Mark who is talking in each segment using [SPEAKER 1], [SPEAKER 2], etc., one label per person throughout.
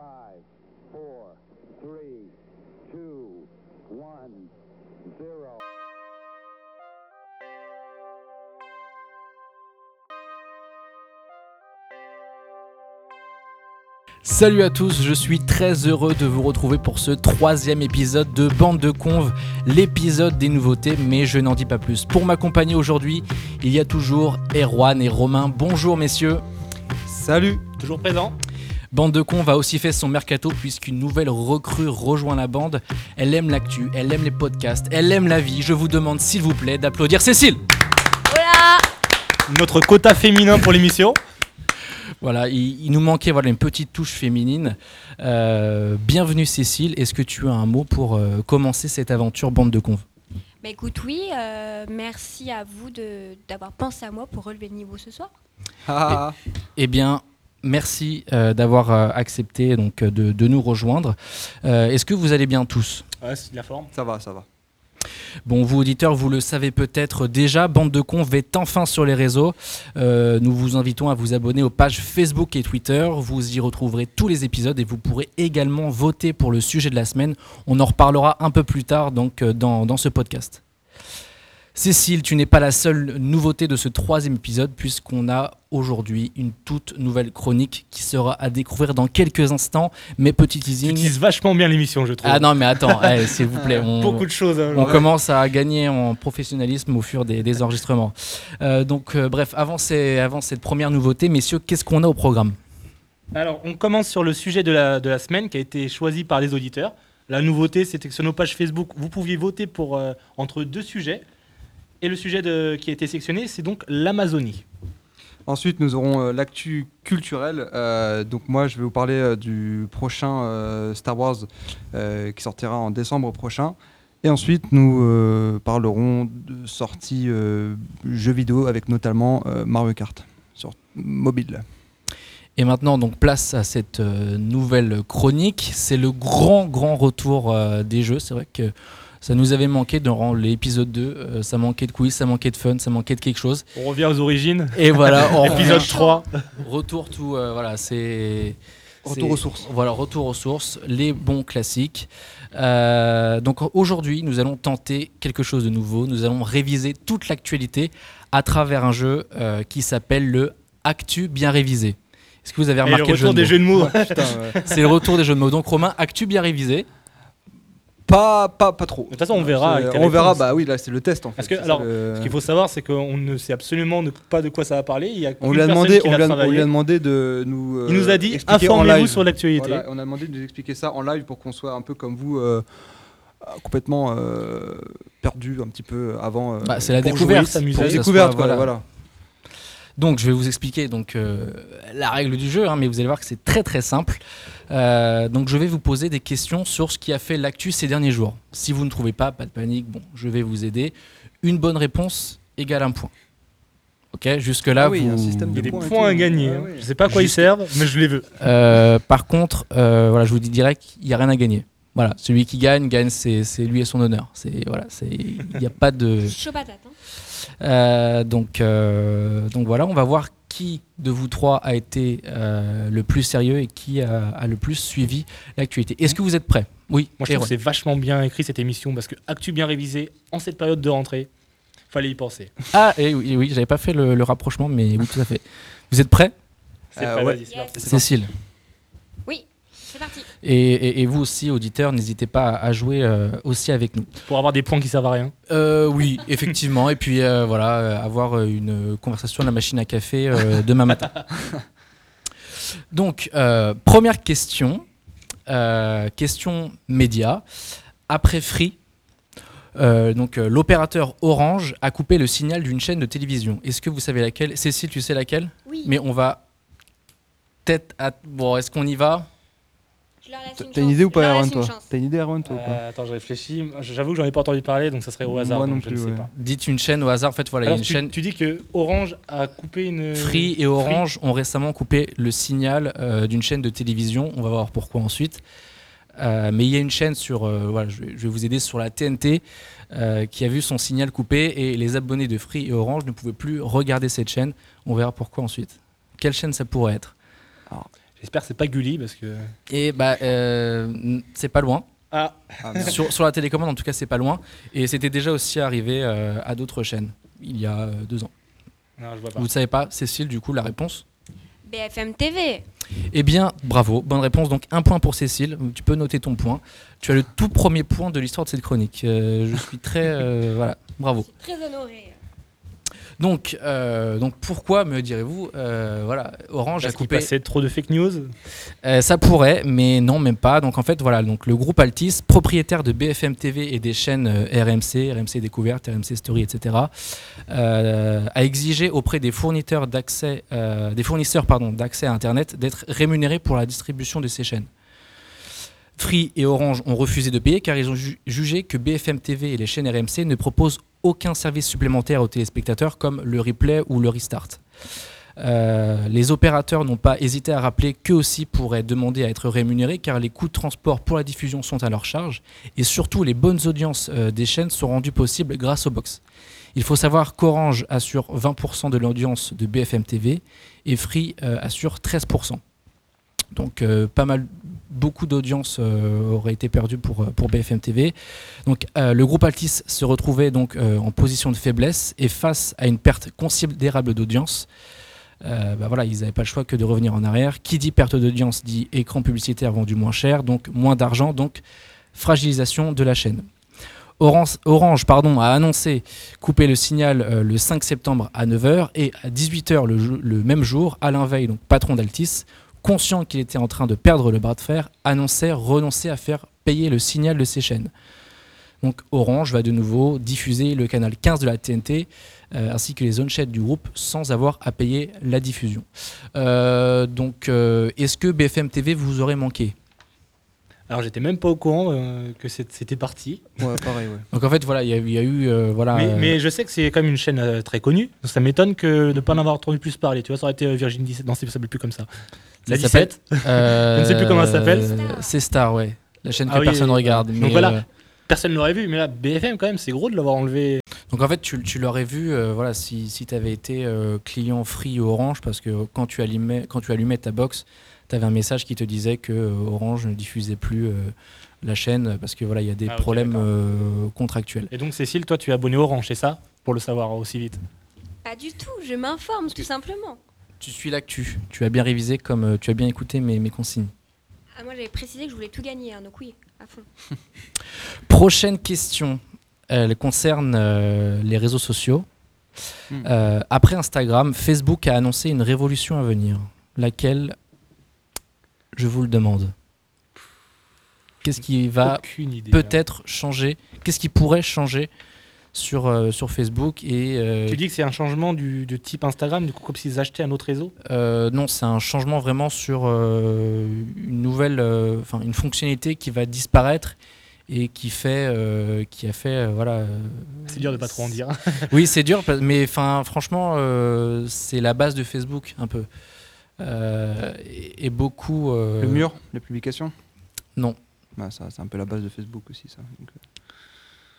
[SPEAKER 1] five, four, three, two, one, zero.
[SPEAKER 2] Salut à tous, je suis très heureux de vous retrouver pour ce troisième épisode de Bande de Conve, l'épisode des nouveautés, mais je n'en dis pas plus. Pour m'accompagner aujourd'hui, il y a toujours Erwan et Romain. Bonjour messieurs.
[SPEAKER 3] Salut, toujours présent.
[SPEAKER 2] Bande de Conve a aussi fait son mercato puisqu'une nouvelle recrue rejoint la bande. Elle aime l'actu, elle aime les podcasts, elle aime la vie. Je vous demande s'il vous plaît d'applaudir Cécile.
[SPEAKER 3] Notre quota féminin pour l'émission.
[SPEAKER 2] Voilà, il, il nous manquait voilà, une petite touche féminine. Euh, bienvenue Cécile, est-ce que tu as un mot pour euh, commencer cette aventure Bande de Conve
[SPEAKER 4] Bah écoute, oui, euh, merci à vous de- d'avoir pensé à moi pour relever le niveau ce soir.
[SPEAKER 3] Ah,
[SPEAKER 2] Eh bien, merci euh, d'avoir euh, accepté donc, euh, de, de nous rejoindre. Euh, Est-ce que vous allez bien tous
[SPEAKER 3] ouais, c'est de la forme.
[SPEAKER 5] Ça va, ça va.
[SPEAKER 2] Bon, vous auditeurs, vous le savez peut-être déjà, Bande de Conf est enfin sur les réseaux. Euh, nous vous invitons à vous abonner aux pages Facebook et Twitter. Vous y retrouverez tous les épisodes et vous pourrez également voter pour le sujet de la semaine. On en reparlera un peu plus tard donc, euh, dans, dans ce podcast. Cécile, tu n'es pas la seule nouveauté de ce troisième épisode puisqu'on a aujourd'hui une toute nouvelle chronique qui sera à découvrir dans quelques instants. Mais petit
[SPEAKER 3] Ils
[SPEAKER 2] teasing.
[SPEAKER 3] utilisent vachement bien l'émission, je trouve.
[SPEAKER 2] Ah non mais attends, allez, s'il vous plaît, on,
[SPEAKER 3] Beaucoup de choses. hein,
[SPEAKER 2] on
[SPEAKER 3] genre.
[SPEAKER 2] commence à gagner en professionnalisme au fur des, des enregistrements. Euh, donc, euh, bref, avant, ces- avant cette première nouveauté, messieurs, qu'est-ce qu'on a au programme
[SPEAKER 3] Alors, on commence sur le sujet de la, de la semaine qui a été choisi par les auditeurs. La nouveauté, c'était que sur nos pages Facebook, vous pouviez voter pour, euh, entre deux sujets. Et le sujet de- qui a été sélectionné, c'est donc l'Amazonie.
[SPEAKER 5] Ensuite, nous aurons euh, l'actu culturelle. Euh, donc moi, je vais vous parler euh, du prochain euh, Star Wars euh, qui sortira en décembre prochain. Et ensuite, nous euh, parlerons de sorties euh, jeux vidéo avec notamment euh, Mario Kart sur mobile.
[SPEAKER 2] Et maintenant, donc, place à cette euh, nouvelle chronique. C'est le grand, grand retour euh, des jeux. C'est vrai que ça nous avait manqué durant l'épisode 2. Euh, ça manquait de quiz, ça manquait de fun, ça manquait de quelque chose.
[SPEAKER 3] On revient aux origines.
[SPEAKER 2] Et voilà,
[SPEAKER 5] Oh,
[SPEAKER 2] on
[SPEAKER 3] Épisode
[SPEAKER 2] revient.
[SPEAKER 3] 3.
[SPEAKER 2] Retour tout, euh, voilà, c'est.
[SPEAKER 5] Retour
[SPEAKER 2] c'est-
[SPEAKER 5] aux sources.
[SPEAKER 2] Voilà, retour aux sources, les bons classiques. Euh, donc aujourd'hui, nous allons tenter quelque chose de nouveau. Nous allons réviser toute l'actualité à travers un jeu euh, qui s'appelle le Actu bien révisé. Est-ce que vous avez
[SPEAKER 3] Et le
[SPEAKER 2] remarqué
[SPEAKER 3] retour
[SPEAKER 2] le
[SPEAKER 3] des
[SPEAKER 2] jeu de mots
[SPEAKER 3] jeux de mots.
[SPEAKER 5] Putain, ouais.
[SPEAKER 2] C'est le retour des jeux de mots. Donc Romain, Actu bien révisé.
[SPEAKER 5] pas, pas, pas trop.
[SPEAKER 3] De toute façon, on verra
[SPEAKER 5] C'est-
[SPEAKER 3] avec tes
[SPEAKER 5] On verra,
[SPEAKER 3] réponses.
[SPEAKER 5] bah oui, là c'est le test en fait.
[SPEAKER 3] Parce que,
[SPEAKER 5] C'est ça,
[SPEAKER 3] alors,
[SPEAKER 5] le-
[SPEAKER 3] Ce qu'il faut savoir, c'est qu'on ne sait absolument de- pas de quoi ça va parler. Il y a
[SPEAKER 5] on
[SPEAKER 3] qu'une
[SPEAKER 5] lui a
[SPEAKER 3] personne
[SPEAKER 5] demandé,
[SPEAKER 3] qui
[SPEAKER 5] on
[SPEAKER 3] l'a
[SPEAKER 5] lui a, on
[SPEAKER 3] travaillé.
[SPEAKER 5] lui a demandé de nous. euh,
[SPEAKER 3] Il nous a dit
[SPEAKER 5] expliquer en
[SPEAKER 3] informez-vous
[SPEAKER 5] live.
[SPEAKER 3] sur l'actualité.
[SPEAKER 5] Voilà, on a demandé de nous expliquer ça en live pour qu'on soit un peu comme vous, euh, euh, complètement euh, perdu un petit peu avant. euh,
[SPEAKER 2] Bah, c'est la
[SPEAKER 5] pour
[SPEAKER 2] découverte.
[SPEAKER 5] jouer,
[SPEAKER 3] s'amuser.
[SPEAKER 5] pour
[SPEAKER 2] que ça
[SPEAKER 5] découverte,
[SPEAKER 2] soit,
[SPEAKER 5] quoi,
[SPEAKER 2] voilà.
[SPEAKER 5] voilà.
[SPEAKER 2] Donc, je vais vous expliquer donc, euh, la règle du jeu, hein, mais vous allez voir que c'est très très simple. Euh, donc, je vais vous poser des questions sur ce qui a fait l'actu ces derniers jours. Si vous ne trouvez pas, pas de panique, bon, je vais vous aider. Une bonne réponse égale un point. Ok, jusque-là,
[SPEAKER 5] Ah oui, il y a un
[SPEAKER 2] vous-
[SPEAKER 5] système
[SPEAKER 3] Il y a des
[SPEAKER 5] points et
[SPEAKER 3] points à
[SPEAKER 5] tout.
[SPEAKER 3] gagner.
[SPEAKER 5] Ah
[SPEAKER 3] hein.
[SPEAKER 5] ouais.
[SPEAKER 3] Je sais pas à quoi ils servent, mais je les veux.
[SPEAKER 2] Euh, par contre, euh, voilà, je vous dis direct, il n'y a rien à gagner. Voilà, celui qui gagne, gagne, c'est c'est lui et son honneur. C'est- Voilà, c'est- il n'y a pas de.
[SPEAKER 4] Chaud patate. hein.
[SPEAKER 2] Euh, donc, euh, donc voilà, on va voir qui de vous trois a été euh, le plus sérieux et qui a, a le plus suivi l'actualité. Est-ce que vous êtes prêts Oui,
[SPEAKER 3] Moi, je trouve
[SPEAKER 2] Erwan.
[SPEAKER 3] que c'est vachement bien écrit cette émission parce que Actu bien révisé en cette période de rentrée, fallait y penser.
[SPEAKER 2] Ah, et oui, et oui, j'avais pas fait le, le rapprochement, mais oui, tout à fait. Vous êtes prêts
[SPEAKER 3] C'est
[SPEAKER 5] Euh,
[SPEAKER 3] pas
[SPEAKER 5] ouais.
[SPEAKER 3] vas-y, c'est parti.
[SPEAKER 4] Yes.
[SPEAKER 2] Cécile
[SPEAKER 4] Oui, c'est parti.
[SPEAKER 2] et, et- et vous aussi, auditeurs, n'hésitez pas à à jouer euh, aussi avec nous.
[SPEAKER 3] Pour avoir des points qui servent à rien.
[SPEAKER 2] Euh, oui, effectivement. Et puis euh, voilà, euh, avoir euh, une euh, conversation à la machine à café euh, demain matin. Donc, euh, première question, euh, question média. Après Free, euh, donc euh, l'opérateur Orange a coupé le signal d'une chaîne de télévision. Est-ce que vous savez laquelle Cécile, tu sais laquelle
[SPEAKER 4] Oui,
[SPEAKER 2] Mais on va tête à bon. Est-ce qu'on y va
[SPEAKER 4] je leur laisse
[SPEAKER 5] T'as-
[SPEAKER 4] une
[SPEAKER 5] T'as une
[SPEAKER 4] chance.
[SPEAKER 5] idée ou
[SPEAKER 4] Je
[SPEAKER 5] pas,
[SPEAKER 4] leur
[SPEAKER 5] Erwan,
[SPEAKER 4] laisse une
[SPEAKER 5] toi
[SPEAKER 4] chance.
[SPEAKER 5] T'as une idée, Erwan, toi ou pas
[SPEAKER 3] Euh, attends, je réfléchis. J'avoue que j'en ai pas entendu parler, donc ça serait au hasard.
[SPEAKER 5] Moi non
[SPEAKER 3] donc je ne
[SPEAKER 5] plus,
[SPEAKER 3] sais
[SPEAKER 5] ouais.
[SPEAKER 3] pas.
[SPEAKER 2] Dites une chaîne au hasard. En fait, voilà, il y a
[SPEAKER 3] Alors,
[SPEAKER 2] une
[SPEAKER 3] tu,
[SPEAKER 2] chaîne.
[SPEAKER 3] tu dis que Orange a coupé une.
[SPEAKER 2] Free et Orange ont récemment coupé le signal euh, d'une chaîne de télévision. On va voir pourquoi ensuite. Euh, mais il y a une chaîne sur, euh, voilà, je, vais, je vais vous aider sur la TNT euh, qui a vu son signal coupé et les abonnés de Free et Orange ne pouvaient plus regarder cette chaîne. On verra pourquoi ensuite. Quelle chaîne ça pourrait être
[SPEAKER 3] Free. J'espère que c'est pas Gulli parce que.
[SPEAKER 2] Et bah, euh, c'est pas loin.
[SPEAKER 3] Ah,
[SPEAKER 5] Ah, merde.
[SPEAKER 2] sur, sur la télécommande, en tout cas, c'est pas loin. Et c'était déjà aussi arrivé euh, à d'autres chaînes il y a euh, deux ans.
[SPEAKER 3] non, je vois pas.
[SPEAKER 2] Vous ne savez pas, Cécile, du coup, la réponse
[SPEAKER 4] BFM TV.
[SPEAKER 2] Eh bien, bravo, bonne réponse. Donc, un point pour Cécile. Tu peux noter ton point. Tu as le tout premier point de l'histoire de cette chronique. Euh, je suis très. euh, voilà, bravo.
[SPEAKER 4] Très honoré.
[SPEAKER 2] Donc, euh, donc pourquoi me direz-vous euh, Voilà, Orange a
[SPEAKER 3] Parce qu'il
[SPEAKER 2] coupé.
[SPEAKER 3] passait trop de fake news.
[SPEAKER 2] Euh, ça pourrait, mais non, même pas. Donc en fait, voilà, donc le groupe Altis, propriétaire de BFM TV et des chaînes euh, RMC, RMC Découverte, RMC Story, etc., euh, a exigé auprès des fournisseurs d'accès, euh, des fournisseurs pardon, d'accès à Internet d'être rémunérés pour la distribution de ces chaînes. Free et Orange ont refusé de payer car ils ont ju- jugé que BFM TV et les chaînes RMC ne proposent aucun service supplémentaire aux téléspectateurs comme le replay ou le restart. Euh, les opérateurs n'ont pas hésité à rappeler qu'eux aussi pourraient demander à être rémunérés car les coûts de transport pour la diffusion sont à leur charge et surtout les bonnes audiences euh, des chaînes sont rendues possibles grâce aux box. Il faut savoir qu'Orange assure 20% de l'audience de BFM TV et Free euh, assure 13%. Donc euh, pas mal, beaucoup d'audience euh, aurait été perdue pour, euh, pour BFM TV. Donc euh, le groupe Altis se retrouvait donc euh, en position de faiblesse et face à une perte considérable d'audience. Euh, bah voilà, ils n'avaient pas le choix que de revenir en arrière. Qui dit perte d'audience dit écran publicitaire vendu moins cher, donc moins d'argent, donc fragilisation de la chaîne. Orange, Orange, pardon, a annoncé couper le signal euh, le 5 septembre à 9h et à 18h le, jou- le même jour, Alain Veil, donc patron d'Altis, conscient qu'il était en train de perdre le bras de fer, annonçait renoncer à faire payer le signal de ses chaînes. Donc Orange va de nouveau diffuser le canal 15 de la TNT euh, ainsi que les zones chat du groupe sans avoir à payer la diffusion. Euh, donc euh, est-ce que BFM TV vous aurait manqué
[SPEAKER 3] Alors j'étais même pas au courant euh, que c'est- c'était parti.
[SPEAKER 5] Ouais, pareil, ouais.
[SPEAKER 2] Donc en fait voilà, il y, a eu- il y a eu euh, voilà
[SPEAKER 3] mais,
[SPEAKER 2] euh,
[SPEAKER 3] mais je sais que c'est quand même une chaîne euh, très connue. Donc ça m'étonne que de ne pas en avoir entendu plus parler. Tu vois, ça aurait été euh, Virgin 17. Non, ça s'appelle plus comme ça. La
[SPEAKER 2] Ça s'appelle-
[SPEAKER 3] 17,
[SPEAKER 2] euh,
[SPEAKER 3] je ne sais plus comment elle s'appelle.
[SPEAKER 4] Star.
[SPEAKER 2] C'est Star, ouais. La chaîne que
[SPEAKER 3] Ah oui,
[SPEAKER 2] personne
[SPEAKER 3] euh,
[SPEAKER 2] regarde.
[SPEAKER 3] donc
[SPEAKER 2] mais,
[SPEAKER 3] voilà.
[SPEAKER 2] euh,
[SPEAKER 3] personne ne l'aurait vu. Mais là, BFM quand même, c'est gros de l'avoir enlevé.
[SPEAKER 2] Donc en fait, tu, tu l'aurais vu euh, voilà, si, si tu avais été euh, client free ou Orange, parce que quand tu allumais, quand tu allumais ta box, tu avais un message qui te disait que euh, Orange ne diffusait plus euh, la chaîne parce que voilà, il y a des
[SPEAKER 3] Ah, ok,
[SPEAKER 2] problèmes
[SPEAKER 3] d'accord.
[SPEAKER 2] euh, contractuels.
[SPEAKER 3] Et donc Cécile, toi tu es abonné Orange, c'est ça Pour le savoir aussi vite.
[SPEAKER 4] Pas du tout, je m'informe tout simplement.
[SPEAKER 2] Tu suis l'actu, tu as bien révisé comme euh, tu as bien écouté mes, mes consignes.
[SPEAKER 4] Ah, moi j'avais précisé que je voulais tout gagner, hein, donc oui, à fond.
[SPEAKER 2] Prochaine question, elle concerne euh, les réseaux sociaux.
[SPEAKER 5] Hmm.
[SPEAKER 2] Euh, après Instagram, Facebook a annoncé une révolution à venir. Laquelle Je vous le demande. Qu'est-ce qui va
[SPEAKER 3] Aucune idée.
[SPEAKER 2] Bah,
[SPEAKER 3] hein.
[SPEAKER 2] peut-être changer Qu'est-ce qui pourrait changer sur, euh, sur Facebook et euh,
[SPEAKER 3] hein. Tu dis que c'est un changement du, du type Instagram, du coup, comme s'ils achetaient un autre réseau
[SPEAKER 2] Euh, non, c'est un changement vraiment sur euh, une nouvelle, euh, enfin une fonctionnalité qui va disparaître et qui fait, euh, qui a fait, euh, voilà. euh,
[SPEAKER 3] C'est dur de pas trop en dire. hein.
[SPEAKER 2] Oui, c'est dur, pa- mais enfin, franchement, euh, c'est la base de Facebook un peu. Euh, et, et beaucoup. euh,
[SPEAKER 5] Le mur, les publications
[SPEAKER 2] Non.
[SPEAKER 5] Bah, ça, c'est un peu la base de Facebook aussi, ça. Donc, euh,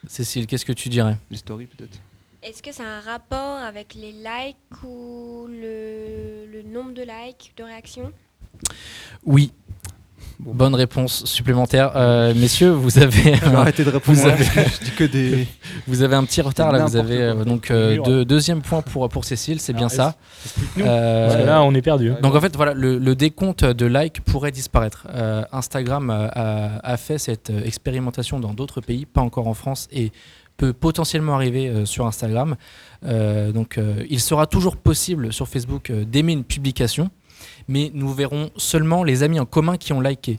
[SPEAKER 2] Cécile, qu'est-ce que tu dirais
[SPEAKER 5] les stories, peut-être.
[SPEAKER 4] Est-ce que ça a un rapport avec les likes ou le, le nombre de likes, de réactions
[SPEAKER 2] Oui.
[SPEAKER 5] Bon.
[SPEAKER 2] Bonne réponse supplémentaire, Euh, messieurs. Vous avez.
[SPEAKER 5] Je vais arrêter de répondre.
[SPEAKER 2] Vous
[SPEAKER 5] hein.
[SPEAKER 2] avez-
[SPEAKER 5] Je dis que des.
[SPEAKER 2] Vous avez un petit retard là, vous
[SPEAKER 5] N'importe
[SPEAKER 2] avez
[SPEAKER 5] quoi.
[SPEAKER 2] euh, donc euh,
[SPEAKER 3] Mur.
[SPEAKER 2] deux- deuxième point pour, pour Cécile, c'est bien
[SPEAKER 3] Alors,
[SPEAKER 2] ça.
[SPEAKER 3] Explique-nous.
[SPEAKER 2] Euh,
[SPEAKER 3] Parce que là, on est perdu. hein.
[SPEAKER 2] donc en fait voilà, le, le décompte de likes pourrait disparaître. Euh, Instagram a, a- a fait cette euh, expérimentation dans d'autres pays, pas encore en France, et peut potentiellement arriver euh, sur Instagram. Euh, donc euh, il sera toujours possible sur Facebook euh, d'aimer une publication, mais nous verrons seulement les amis en commun qui ont liké.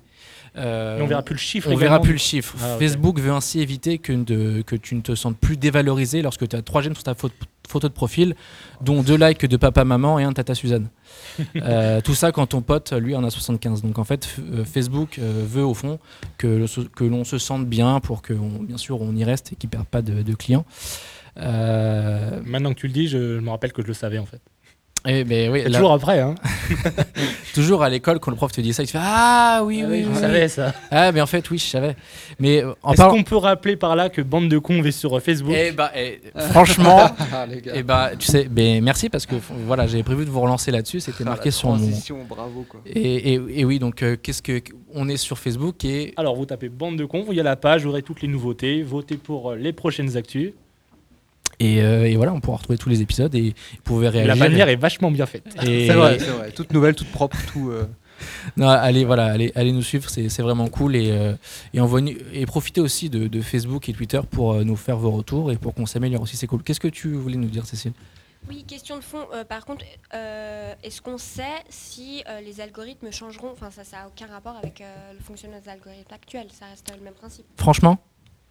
[SPEAKER 2] Euh,
[SPEAKER 3] Et on verra plus le chiffre.
[SPEAKER 2] on verra
[SPEAKER 3] également.
[SPEAKER 2] plus le chiffre.
[SPEAKER 3] Ah, ok.
[SPEAKER 2] Facebook veut ainsi éviter que, de- que tu ne te sentes plus dévalorisé lorsque tu as trois j'aime sur ta photo, photo de profil, dont deux likes de papa-maman et un de tata Suzanne. Euh, tout ça quand ton pote, lui, en a 75. Donc en fait, f- euh, Facebook euh, veut au fond que, le so- que l'on se sente bien pour que, on- bien sûr, on y reste et qu'il ne perd pas de, de clients. Euh,
[SPEAKER 3] Maintenant que tu le dis, je, je me rappelle que je le savais en fait.
[SPEAKER 2] Eh ben oui,
[SPEAKER 3] C'est
[SPEAKER 2] là-
[SPEAKER 3] toujours après, hein.
[SPEAKER 2] toujours à l'école, quand le prof te dit ça, il te fait Ah oui, oui,
[SPEAKER 3] je
[SPEAKER 2] oui.
[SPEAKER 3] savais ça.
[SPEAKER 2] Ah, mais en fait, oui, je savais. Mais euh, en
[SPEAKER 3] Est-ce
[SPEAKER 2] parlant.
[SPEAKER 3] qu'on peut rappeler par là que Bande de Cons est sur euh, Facebook
[SPEAKER 2] Eh ben, eh, franchement,
[SPEAKER 5] Ah, les gars.
[SPEAKER 2] eh ben, tu sais, ben, merci parce que voilà, j'avais prévu de vous relancer là-dessus. C'était
[SPEAKER 5] Ah,
[SPEAKER 2] marqué
[SPEAKER 5] la
[SPEAKER 2] sur mon.
[SPEAKER 5] transition, bravo quoi.
[SPEAKER 2] Et, et- et oui, donc euh, qu'est-ce que on est sur Facebook et
[SPEAKER 3] Alors vous tapez Bande de Cons, vous voyez la page, vous aurez toutes les nouveautés, votez pour euh, les prochaines actus.
[SPEAKER 2] et, euh, et voilà, on pourra retrouver tous les épisodes et vous pouvez
[SPEAKER 3] La
[SPEAKER 2] réagir.
[SPEAKER 3] bannière est vachement bien faite.
[SPEAKER 2] et,
[SPEAKER 5] C'est vrai, c'est vrai. Toute nouvelle, toute propre, tout. euh,
[SPEAKER 2] Non, allez, voilà, allez, allez nous suivre, c'est c'est vraiment cool et euh, et, envoyez- et profitez aussi de, de Facebook et Twitter pour euh, nous faire vos retours et pour qu'on s'améliore aussi, c'est cool. Qu'est-ce que tu voulais nous dire, Cécile
[SPEAKER 4] Oui, question de fond. Euh, par contre, euh, est-ce qu'on sait si euh, les algorithmes changeront Enfin, ça, ça a aucun rapport avec euh, le fonctionnement des algorithmes actuels. Ça reste euh, le même principe.
[SPEAKER 2] Franchement,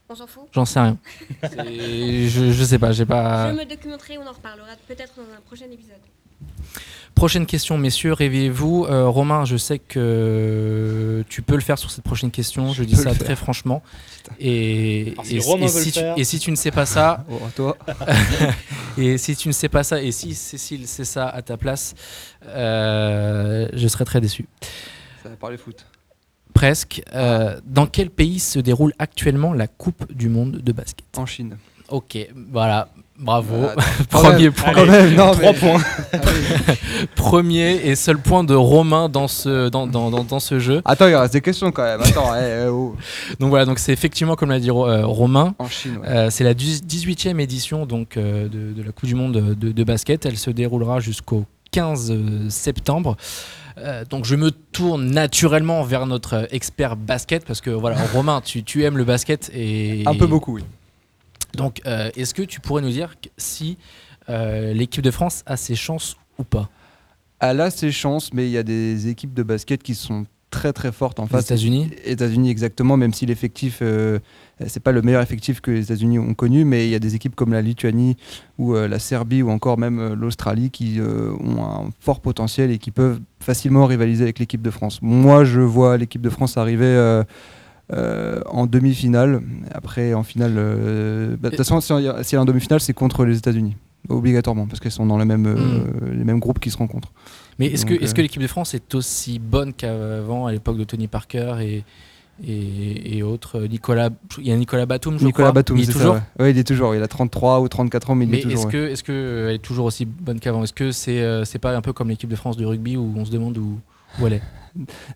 [SPEAKER 4] On s'en fout.
[SPEAKER 2] j'en sais rien. C'est- Je, je sais pas, j'ai pas.
[SPEAKER 4] Je me documenterai, on en reparlera peut-être dans un prochain épisode.
[SPEAKER 2] Prochaine question, messieurs, réveillez-vous. Euh, Romain, je sais que tu peux le faire sur cette prochaine question. Je dis
[SPEAKER 5] peux
[SPEAKER 2] ça
[SPEAKER 5] le
[SPEAKER 2] très franchement. Et,
[SPEAKER 3] Alors, Ah, si
[SPEAKER 2] et-
[SPEAKER 3] Romain
[SPEAKER 2] et
[SPEAKER 3] veut le
[SPEAKER 2] si tu,
[SPEAKER 3] faire.
[SPEAKER 2] et si tu ne sais pas ça,
[SPEAKER 5] oh, toi.
[SPEAKER 2] et si tu ne sais pas ça, et si Cécile sait ça à ta place, euh, je serais très déçu.
[SPEAKER 5] Ça va parler foot.
[SPEAKER 2] Presque. Euh, dans quel pays se déroule actuellement la Coupe du Monde de basket
[SPEAKER 5] En Chine.
[SPEAKER 2] Ok, voilà. Bravo.
[SPEAKER 3] Bah,
[SPEAKER 5] Voilà,
[SPEAKER 2] Premier point.
[SPEAKER 5] Quand même, non,
[SPEAKER 3] 3
[SPEAKER 5] mais-
[SPEAKER 3] points.
[SPEAKER 2] Premier et seul point de Romain dans ce, dans, dans, dans, dans ce jeu.
[SPEAKER 5] Attends, il reste des questions quand même. Attends, eh, eh, oh.
[SPEAKER 2] Donc voilà, donc c'est effectivement, comme l'a dit Ro- euh, Romain,
[SPEAKER 5] en Chine. ouais.
[SPEAKER 2] euh, c'est la 10- 18e édition donc, euh, de, de la Coupe du Monde de, de basket. Elle se déroulera jusqu'au 15 euh, septembre. Euh, donc je me tourne naturellement vers notre euh, expert basket parce que voilà Romain tu, tu aimes le basket et
[SPEAKER 5] Un peu beaucoup, oui.
[SPEAKER 2] donc euh, est-ce que tu pourrais nous dire que- si euh, l'équipe de France a ses chances ou pas
[SPEAKER 5] Elle a ses chances, mais il y a des équipes de basket qui sont très très fortes en
[SPEAKER 2] les
[SPEAKER 5] face.
[SPEAKER 2] États-Unis
[SPEAKER 5] États-Unis exactement, même si l'effectif, euh, c'est pas le meilleur effectif que les États-Unis ont connu, mais il y a des équipes comme la Lituanie ou euh, la Serbie ou encore même euh, l'Australie qui euh, ont un fort potentiel et qui peuvent facilement rivaliser avec l'équipe de France. Moi, je vois l'équipe de France arriver. euh, euh, en demi-finale, après en finale. euh, bah, De toute façon, si elle si elle est en demi-finale, c'est contre les États-Unis, obligatoirement, parce qu'elles sont dans le même, euh,
[SPEAKER 2] Mm.
[SPEAKER 5] les mêmes groupes qui se rencontrent.
[SPEAKER 2] Mais est-ce que,
[SPEAKER 5] Donc,
[SPEAKER 2] est ce
[SPEAKER 5] euh,
[SPEAKER 2] que l'équipe de France est aussi bonne qu'avant, à l'époque de Tony Parker et, et, et autres euh, Nicolas, Il y a Nicolas Batum, je
[SPEAKER 5] Nicolas
[SPEAKER 2] crois.
[SPEAKER 5] Batum,
[SPEAKER 2] il est
[SPEAKER 5] c'est
[SPEAKER 2] toujours.
[SPEAKER 5] ça. ouais. Ouais, il est toujours. Il a 33 ou 34 ans, mais il
[SPEAKER 2] Mais
[SPEAKER 5] est toujours.
[SPEAKER 2] est-ce
[SPEAKER 5] ouais.
[SPEAKER 2] que est-ce que elle est toujours aussi bonne qu'avant Est-ce que c'est euh, c'est pas un peu comme l'équipe de France de rugby où on se demande où, où elle est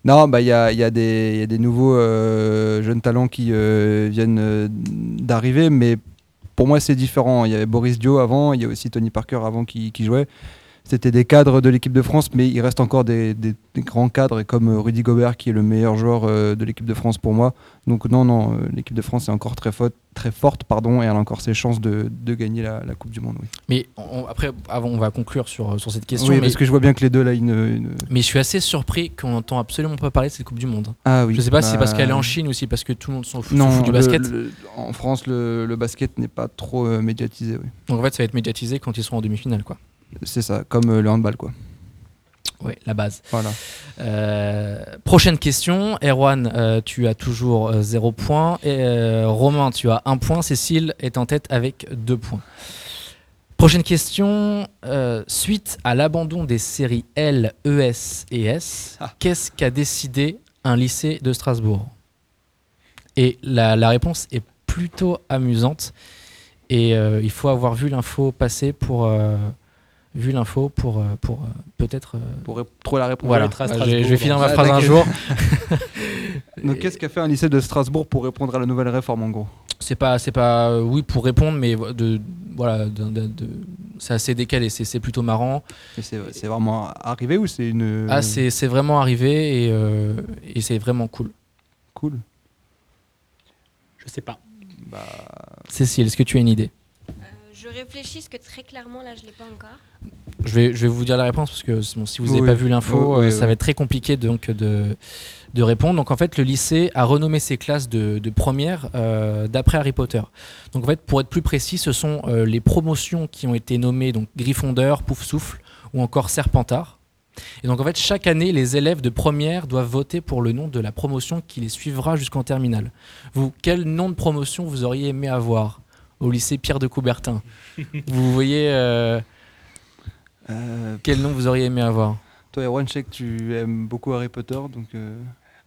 [SPEAKER 5] Non, bah il y a, il y a des il y a des nouveaux euh, jeunes talents qui euh, viennent euh, d'arriver, mais pour moi c'est différent. Il y avait Boris Dio avant, il y a aussi Tony Parker avant qui, qui jouait. C'était des cadres de l'équipe de France, mais il reste encore des, des- des grands cadres, et comme euh, Rudy Gobert qui est le meilleur joueur euh, de l'équipe de France pour moi. Donc non, non, euh, l'équipe de France est encore très, faute- très forte, pardon, et elle a encore ses chances de, de gagner la, la Coupe du Monde. Oui.
[SPEAKER 2] Mais on- après, avant, on va conclure sur, sur cette question.
[SPEAKER 5] Oui,
[SPEAKER 2] mais,
[SPEAKER 5] parce que je vois bien que les deux là, ils ne- ils ne-
[SPEAKER 2] mais je suis assez surpris qu'on n'entend absolument pas parler de cette Coupe du Monde.
[SPEAKER 5] ah oui.
[SPEAKER 2] Je sais pas si c'est parce
[SPEAKER 5] bah,
[SPEAKER 2] qu'elle est en Chine ou si parce que tout le monde s'en fout, s'en
[SPEAKER 5] Non,
[SPEAKER 2] fout du
[SPEAKER 5] le-
[SPEAKER 2] basket.
[SPEAKER 5] le- en France, le, le basket n'est pas trop euh, médiatisé. oui.
[SPEAKER 2] Donc en fait, ça va être médiatisé quand ils seront en demi-finale, quoi.
[SPEAKER 5] C'est ça, comme euh, le handball, quoi.
[SPEAKER 2] Ouais, la base.
[SPEAKER 5] Voilà.
[SPEAKER 2] Euh, prochaine question. Erwan, euh, tu as toujours 0 point. Et, euh, Romain, tu as 1 point. Cécile est en tête avec 2 points. Prochaine question. euh, suite à l'abandon des séries L, ES et S,
[SPEAKER 5] Ah.
[SPEAKER 2] qu'est-ce qu'a décidé un lycée de Strasbourg Et la, la réponse est plutôt amusante. Et euh, il faut avoir vu l'info passer pour. euh, vu l'info pour, euh, pour euh, peut-être euh,
[SPEAKER 5] Pour ré- trouver la réponse.
[SPEAKER 2] voilà,
[SPEAKER 3] mettra
[SPEAKER 2] Bah,
[SPEAKER 3] Strasbourg
[SPEAKER 2] je, je vais finir
[SPEAKER 3] dans-
[SPEAKER 2] ma
[SPEAKER 5] Ah,
[SPEAKER 2] phrase un
[SPEAKER 5] t'inquiète.
[SPEAKER 2] jour.
[SPEAKER 5] Donc, qu'est-ce qu'a fait un lycée de Strasbourg pour répondre à la nouvelle réforme, en gros
[SPEAKER 2] C'est pas, c'est pas, euh, oui pour répondre, mais vo- de, voilà, d'un- d'un- de- c'est assez décalé, c'est c'est plutôt marrant.
[SPEAKER 5] Et C'est c'est vraiment arrivé ou c'est une.
[SPEAKER 2] Ah, c'est c'est vraiment arrivé et, euh, et c'est vraiment cool.
[SPEAKER 5] Cool.
[SPEAKER 3] Je sais pas.
[SPEAKER 5] Bah,
[SPEAKER 2] Cécile, est-ce que tu as une idée
[SPEAKER 4] Euh, je réfléchis, parce que très clairement, là, je ne l'ai pas encore.
[SPEAKER 2] je vais, je vais vous dire la réponse parce que bon, si vous n'avez
[SPEAKER 5] Oui.
[SPEAKER 2] pas vu l'info,
[SPEAKER 5] Oui, oui,
[SPEAKER 2] euh,
[SPEAKER 5] oui.
[SPEAKER 2] ça va être très compliqué donc de, de répondre. Donc en fait, le lycée a renommé ses classes de, de première euh, d'après Harry Potter. Donc en fait, pour être plus précis, ce sont euh, les promotions qui ont été nommées donc Gryffondor, Poufsouffle ou encore Serpentard. Et donc en fait, chaque année, les élèves de première doivent voter pour le nom de la promotion qui les suivra jusqu'en terminale. Vous, quel nom de promotion vous auriez aimé avoir au lycée Pierre de Coubertin Vous voyez. euh,
[SPEAKER 5] Euh,
[SPEAKER 2] Quel nom vous auriez aimé avoir
[SPEAKER 5] toi, Erwan, je sais que tu aimes beaucoup Harry Potter, donc. euh,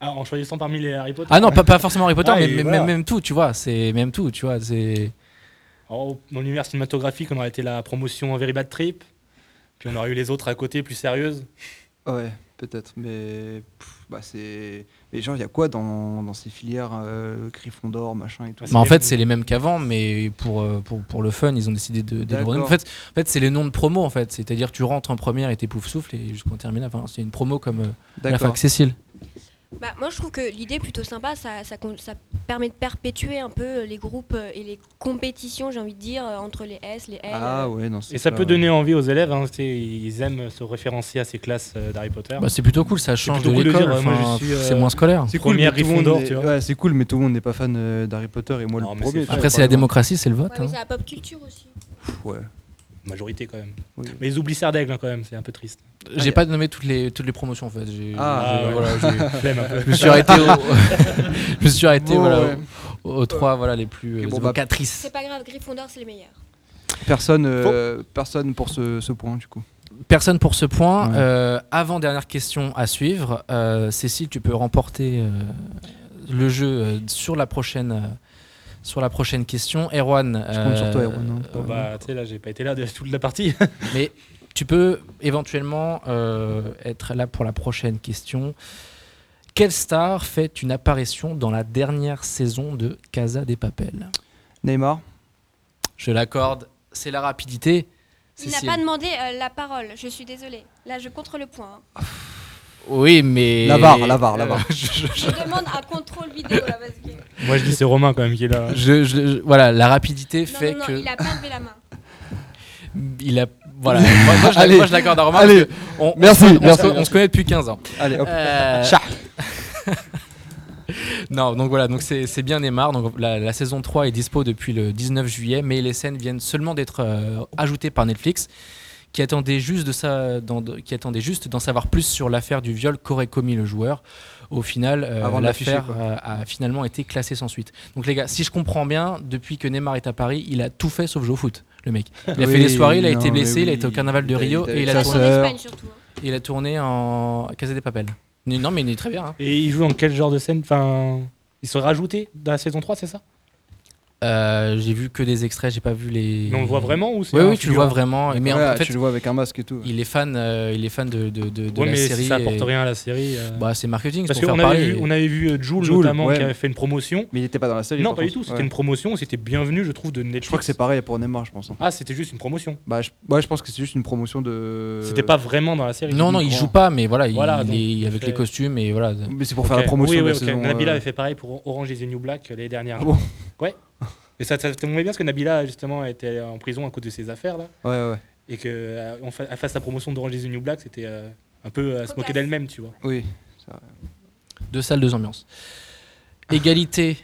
[SPEAKER 3] Ah, en choisissant parmi les Harry Potter.
[SPEAKER 2] Ah non, pas, pas forcément Harry Potter,
[SPEAKER 3] Ouais,
[SPEAKER 2] mais,
[SPEAKER 3] et
[SPEAKER 2] mais-
[SPEAKER 3] voilà.
[SPEAKER 2] mais même tout, tu vois. C'est même tout, tu vois. C'est
[SPEAKER 3] Alors, dans l'univers cinématographique, on aurait été la promotion Very Bad Trip. Puis on aurait eu les autres à côté, plus sérieuses.
[SPEAKER 5] Ouais, peut-être, mais pff, bah c'est. Mais genre, il y a quoi dans, dans ces filières euh, Gryffondor, machin et tout
[SPEAKER 3] Bah,
[SPEAKER 2] Bah, en
[SPEAKER 3] les-
[SPEAKER 2] fait, c'est les mêmes qu'avant, mais pour, euh, pour, pour le fun, ils ont décidé de
[SPEAKER 5] D'accord.
[SPEAKER 2] dédouaner. En fait, en fait c'est les noms de promo, en fait. C'est-à-dire, tu rentres en première et t'es pouf souffle, et jusqu'en terminale. Enfin, c'est une promo comme euh, la
[SPEAKER 5] D'accord.
[SPEAKER 2] fac Cécile.
[SPEAKER 4] Bah, moi, je trouve que l'idée est plutôt sympa. Ça, ça, con- ça permet de perpétuer un peu les groupes euh, et les compétitions, j'ai envie de dire, euh, entre les S, les L.
[SPEAKER 5] Ah
[SPEAKER 4] euh.
[SPEAKER 5] ouais, non, c'est
[SPEAKER 3] Et ça
[SPEAKER 5] pas-
[SPEAKER 3] peut donner envie aux élèves. hein, c'est- ils aiment se référencier à ces classes euh, d'Harry Potter.
[SPEAKER 2] Bah, c'est plutôt cool, ça change de
[SPEAKER 3] plutôt cool de dire,
[SPEAKER 2] l'école.
[SPEAKER 3] euh, moi, je
[SPEAKER 2] enfin,
[SPEAKER 3] suis,
[SPEAKER 2] pff,
[SPEAKER 3] euh,
[SPEAKER 2] C'est moins scolaire.
[SPEAKER 5] C'est cool,
[SPEAKER 3] Première
[SPEAKER 5] mais tout le monde
[SPEAKER 3] Gryffondor,
[SPEAKER 5] est-
[SPEAKER 3] tu vois.
[SPEAKER 5] Ouais, c'est cool, mais tout le monde n'est pas fan euh, d'Harry Potter et moi
[SPEAKER 3] Non,
[SPEAKER 5] le
[SPEAKER 3] mais
[SPEAKER 5] premier.
[SPEAKER 3] c'est
[SPEAKER 5] tu vois,
[SPEAKER 2] Après, c'est la
[SPEAKER 5] par exemple.
[SPEAKER 2] démocratie, c'est le vote.
[SPEAKER 4] Ouais,
[SPEAKER 2] hein.
[SPEAKER 4] mais c'est la pop culture aussi.
[SPEAKER 5] Pff, Ouais.
[SPEAKER 3] Majorité quand même.
[SPEAKER 5] Oui.
[SPEAKER 3] Mais ils oublient Serdaigle hein, quand même, c'est un peu triste.
[SPEAKER 5] Ah, y
[SPEAKER 2] J'ai
[SPEAKER 5] a-
[SPEAKER 2] pas nommé toutes les, toutes les promotions, en fait. J'ai-
[SPEAKER 5] Ah,
[SPEAKER 2] j'ai-
[SPEAKER 3] ouais.
[SPEAKER 2] voilà, j'ai-
[SPEAKER 3] Flemme un peu.
[SPEAKER 2] je me suis arrêté au- je me suis arrêté,
[SPEAKER 5] Bon,
[SPEAKER 2] voilà,
[SPEAKER 5] ouais.
[SPEAKER 2] aux, aux trois voilà, les plus euh,
[SPEAKER 5] Et bon, bah,
[SPEAKER 2] évocatrices.
[SPEAKER 4] C'est pas grave, Gryffondor, c'est les meilleurs.
[SPEAKER 5] Personne, euh, personne pour ce, ce point, du coup.
[SPEAKER 2] Personne pour ce point.
[SPEAKER 5] Ouais.
[SPEAKER 2] Euh, avant dernière question à suivre, Euh, Cécile, tu peux remporter euh, le jeu euh, sur la prochaine euh, sur la prochaine question. Erwan, euh,
[SPEAKER 5] Je compte sur toi, Erwan, hein.
[SPEAKER 3] Bon, bah, tu sais, là, j'ai pas été là de toute la partie.
[SPEAKER 2] mais tu peux éventuellement euh, être là pour la prochaine question. Quelle star fait une apparition dans la dernière saison de Casa des Papel
[SPEAKER 5] Neymar
[SPEAKER 2] Je l'accorde. C'est la rapidité.
[SPEAKER 4] Il n'a
[SPEAKER 2] Cécile.
[SPEAKER 4] pas demandé euh, la parole, je suis désolée. Là, je contre le point. hein.
[SPEAKER 2] Oui, mais
[SPEAKER 5] La barre, la barre, la
[SPEAKER 2] Euh,
[SPEAKER 5] barre.
[SPEAKER 2] je- je-
[SPEAKER 4] Je demande un contrôle vidéo là, parce que.
[SPEAKER 3] Moi, je dis c'est Romain quand même qui est là.
[SPEAKER 2] je- je- je- voilà, la rapidité
[SPEAKER 4] Non,
[SPEAKER 2] fait
[SPEAKER 4] non, non,
[SPEAKER 2] que
[SPEAKER 4] il a pas levé la main.
[SPEAKER 2] Il a. Voilà. moi, moi, je la-
[SPEAKER 5] Allez.
[SPEAKER 2] moi, je l'accorde à Romain.
[SPEAKER 5] Allez.
[SPEAKER 2] parce que on, on
[SPEAKER 5] Merci,
[SPEAKER 2] se- on, se-
[SPEAKER 5] merci,
[SPEAKER 2] on se,
[SPEAKER 5] merci.
[SPEAKER 2] connaît depuis 15 ans.
[SPEAKER 5] Allez, hop.
[SPEAKER 2] Euh,
[SPEAKER 5] Chat.
[SPEAKER 2] non, donc voilà, donc c'est c'est bien Neymar. Donc la, la saison 3 est dispo depuis le 19 juillet, mais les scènes viennent seulement d'être euh, ajoutées par Netflix, qui attendait juste de sa, d'en- de- qui attendait juste d'en savoir plus sur l'affaire du viol qu'aurait commis le joueur. Au final, euh,
[SPEAKER 5] Avant de l'afficher,
[SPEAKER 2] l'affaire
[SPEAKER 5] quoi.
[SPEAKER 2] euh, a finalement été classée sans suite. Donc les gars, si je comprends bien, depuis que Neymar est à Paris, il a tout fait sauf jouer au foot. Le mec, il a
[SPEAKER 5] Oui,
[SPEAKER 2] fait des soirées, il a été
[SPEAKER 5] non, mais
[SPEAKER 2] blessé, il a
[SPEAKER 5] oui,
[SPEAKER 2] été au carnaval de
[SPEAKER 5] il a-
[SPEAKER 2] Rio
[SPEAKER 5] il a-
[SPEAKER 2] et il
[SPEAKER 5] sa
[SPEAKER 2] a
[SPEAKER 4] Surtout en
[SPEAKER 2] tourné.
[SPEAKER 5] sœur.
[SPEAKER 4] Espagne, surtout. hein.
[SPEAKER 2] Il a tourné en Casa des Papel. Non, mais il est très bien. hein.
[SPEAKER 3] Et il joue dans quel genre de scène Enfin, ils sont rajoutés dans la saison 3, c'est ça
[SPEAKER 2] Euh, j'ai vu que des extraits, j'ai pas vu les.
[SPEAKER 3] Mais on le voit vraiment ou c'est
[SPEAKER 2] Oui,
[SPEAKER 3] un
[SPEAKER 2] oui, tu le vois
[SPEAKER 3] figurant
[SPEAKER 2] vraiment. Mais en-
[SPEAKER 5] Ouais,
[SPEAKER 2] en fait,
[SPEAKER 5] tu le vois avec un masque et tout.
[SPEAKER 2] il est fan, euh, il est fan de, de, de, de
[SPEAKER 3] Ouais,
[SPEAKER 2] la
[SPEAKER 3] mais si
[SPEAKER 2] série.
[SPEAKER 3] ça apporte
[SPEAKER 2] et-
[SPEAKER 3] rien à la série. euh,
[SPEAKER 2] Bah, c'est marketing, c'est
[SPEAKER 3] Parce
[SPEAKER 2] pour
[SPEAKER 3] qu'on
[SPEAKER 2] faire
[SPEAKER 3] avait,
[SPEAKER 2] parler.
[SPEAKER 3] vu- on avait vu euh, Jules,
[SPEAKER 5] Jules,
[SPEAKER 3] notamment,
[SPEAKER 5] ouais.
[SPEAKER 3] qui avait fait une promotion.
[SPEAKER 5] Mais il était pas dans la série.
[SPEAKER 3] non,
[SPEAKER 5] par
[SPEAKER 3] pas du
[SPEAKER 5] contre.
[SPEAKER 3] tout, c'était
[SPEAKER 5] Ouais.
[SPEAKER 3] une promotion, c'était bienvenu, je trouve, de Netflix.
[SPEAKER 5] Je crois que c'est pareil pour Neymar, je pense. hein.
[SPEAKER 3] Ah, c'était juste une promotion.
[SPEAKER 5] Bah, je... ouais, je pense que c'est juste une promotion de.
[SPEAKER 3] C'était pas vraiment dans la série.
[SPEAKER 2] Euh. Non, non, il joue pas, mais voilà, il-
[SPEAKER 3] Voilà,
[SPEAKER 2] il,
[SPEAKER 3] donc,
[SPEAKER 2] est avec
[SPEAKER 3] c'est-
[SPEAKER 2] les costumes et voilà.
[SPEAKER 5] Mais c'est pour faire la promotion
[SPEAKER 3] Oui,
[SPEAKER 5] de
[SPEAKER 3] oui,
[SPEAKER 5] la
[SPEAKER 3] ok.
[SPEAKER 5] saison.
[SPEAKER 3] Nabila
[SPEAKER 5] euh,
[SPEAKER 3] avait fait pareil pour Orange is the New Black euh, l'année dernière.
[SPEAKER 5] Ah bon
[SPEAKER 3] Et ça, ça tombait bien parce que Nabila, justement, était en prison à cause de ses affaires. là.
[SPEAKER 5] Ouais, ouais.
[SPEAKER 3] Et euh, qu'elle fasse la promotion d'Orange is the New Black, c'était euh, un peu à se moquer
[SPEAKER 4] Cocasse.
[SPEAKER 3] d'elle-même, tu vois.
[SPEAKER 5] Oui.
[SPEAKER 2] Deux salles, deux ambiances. Égalité,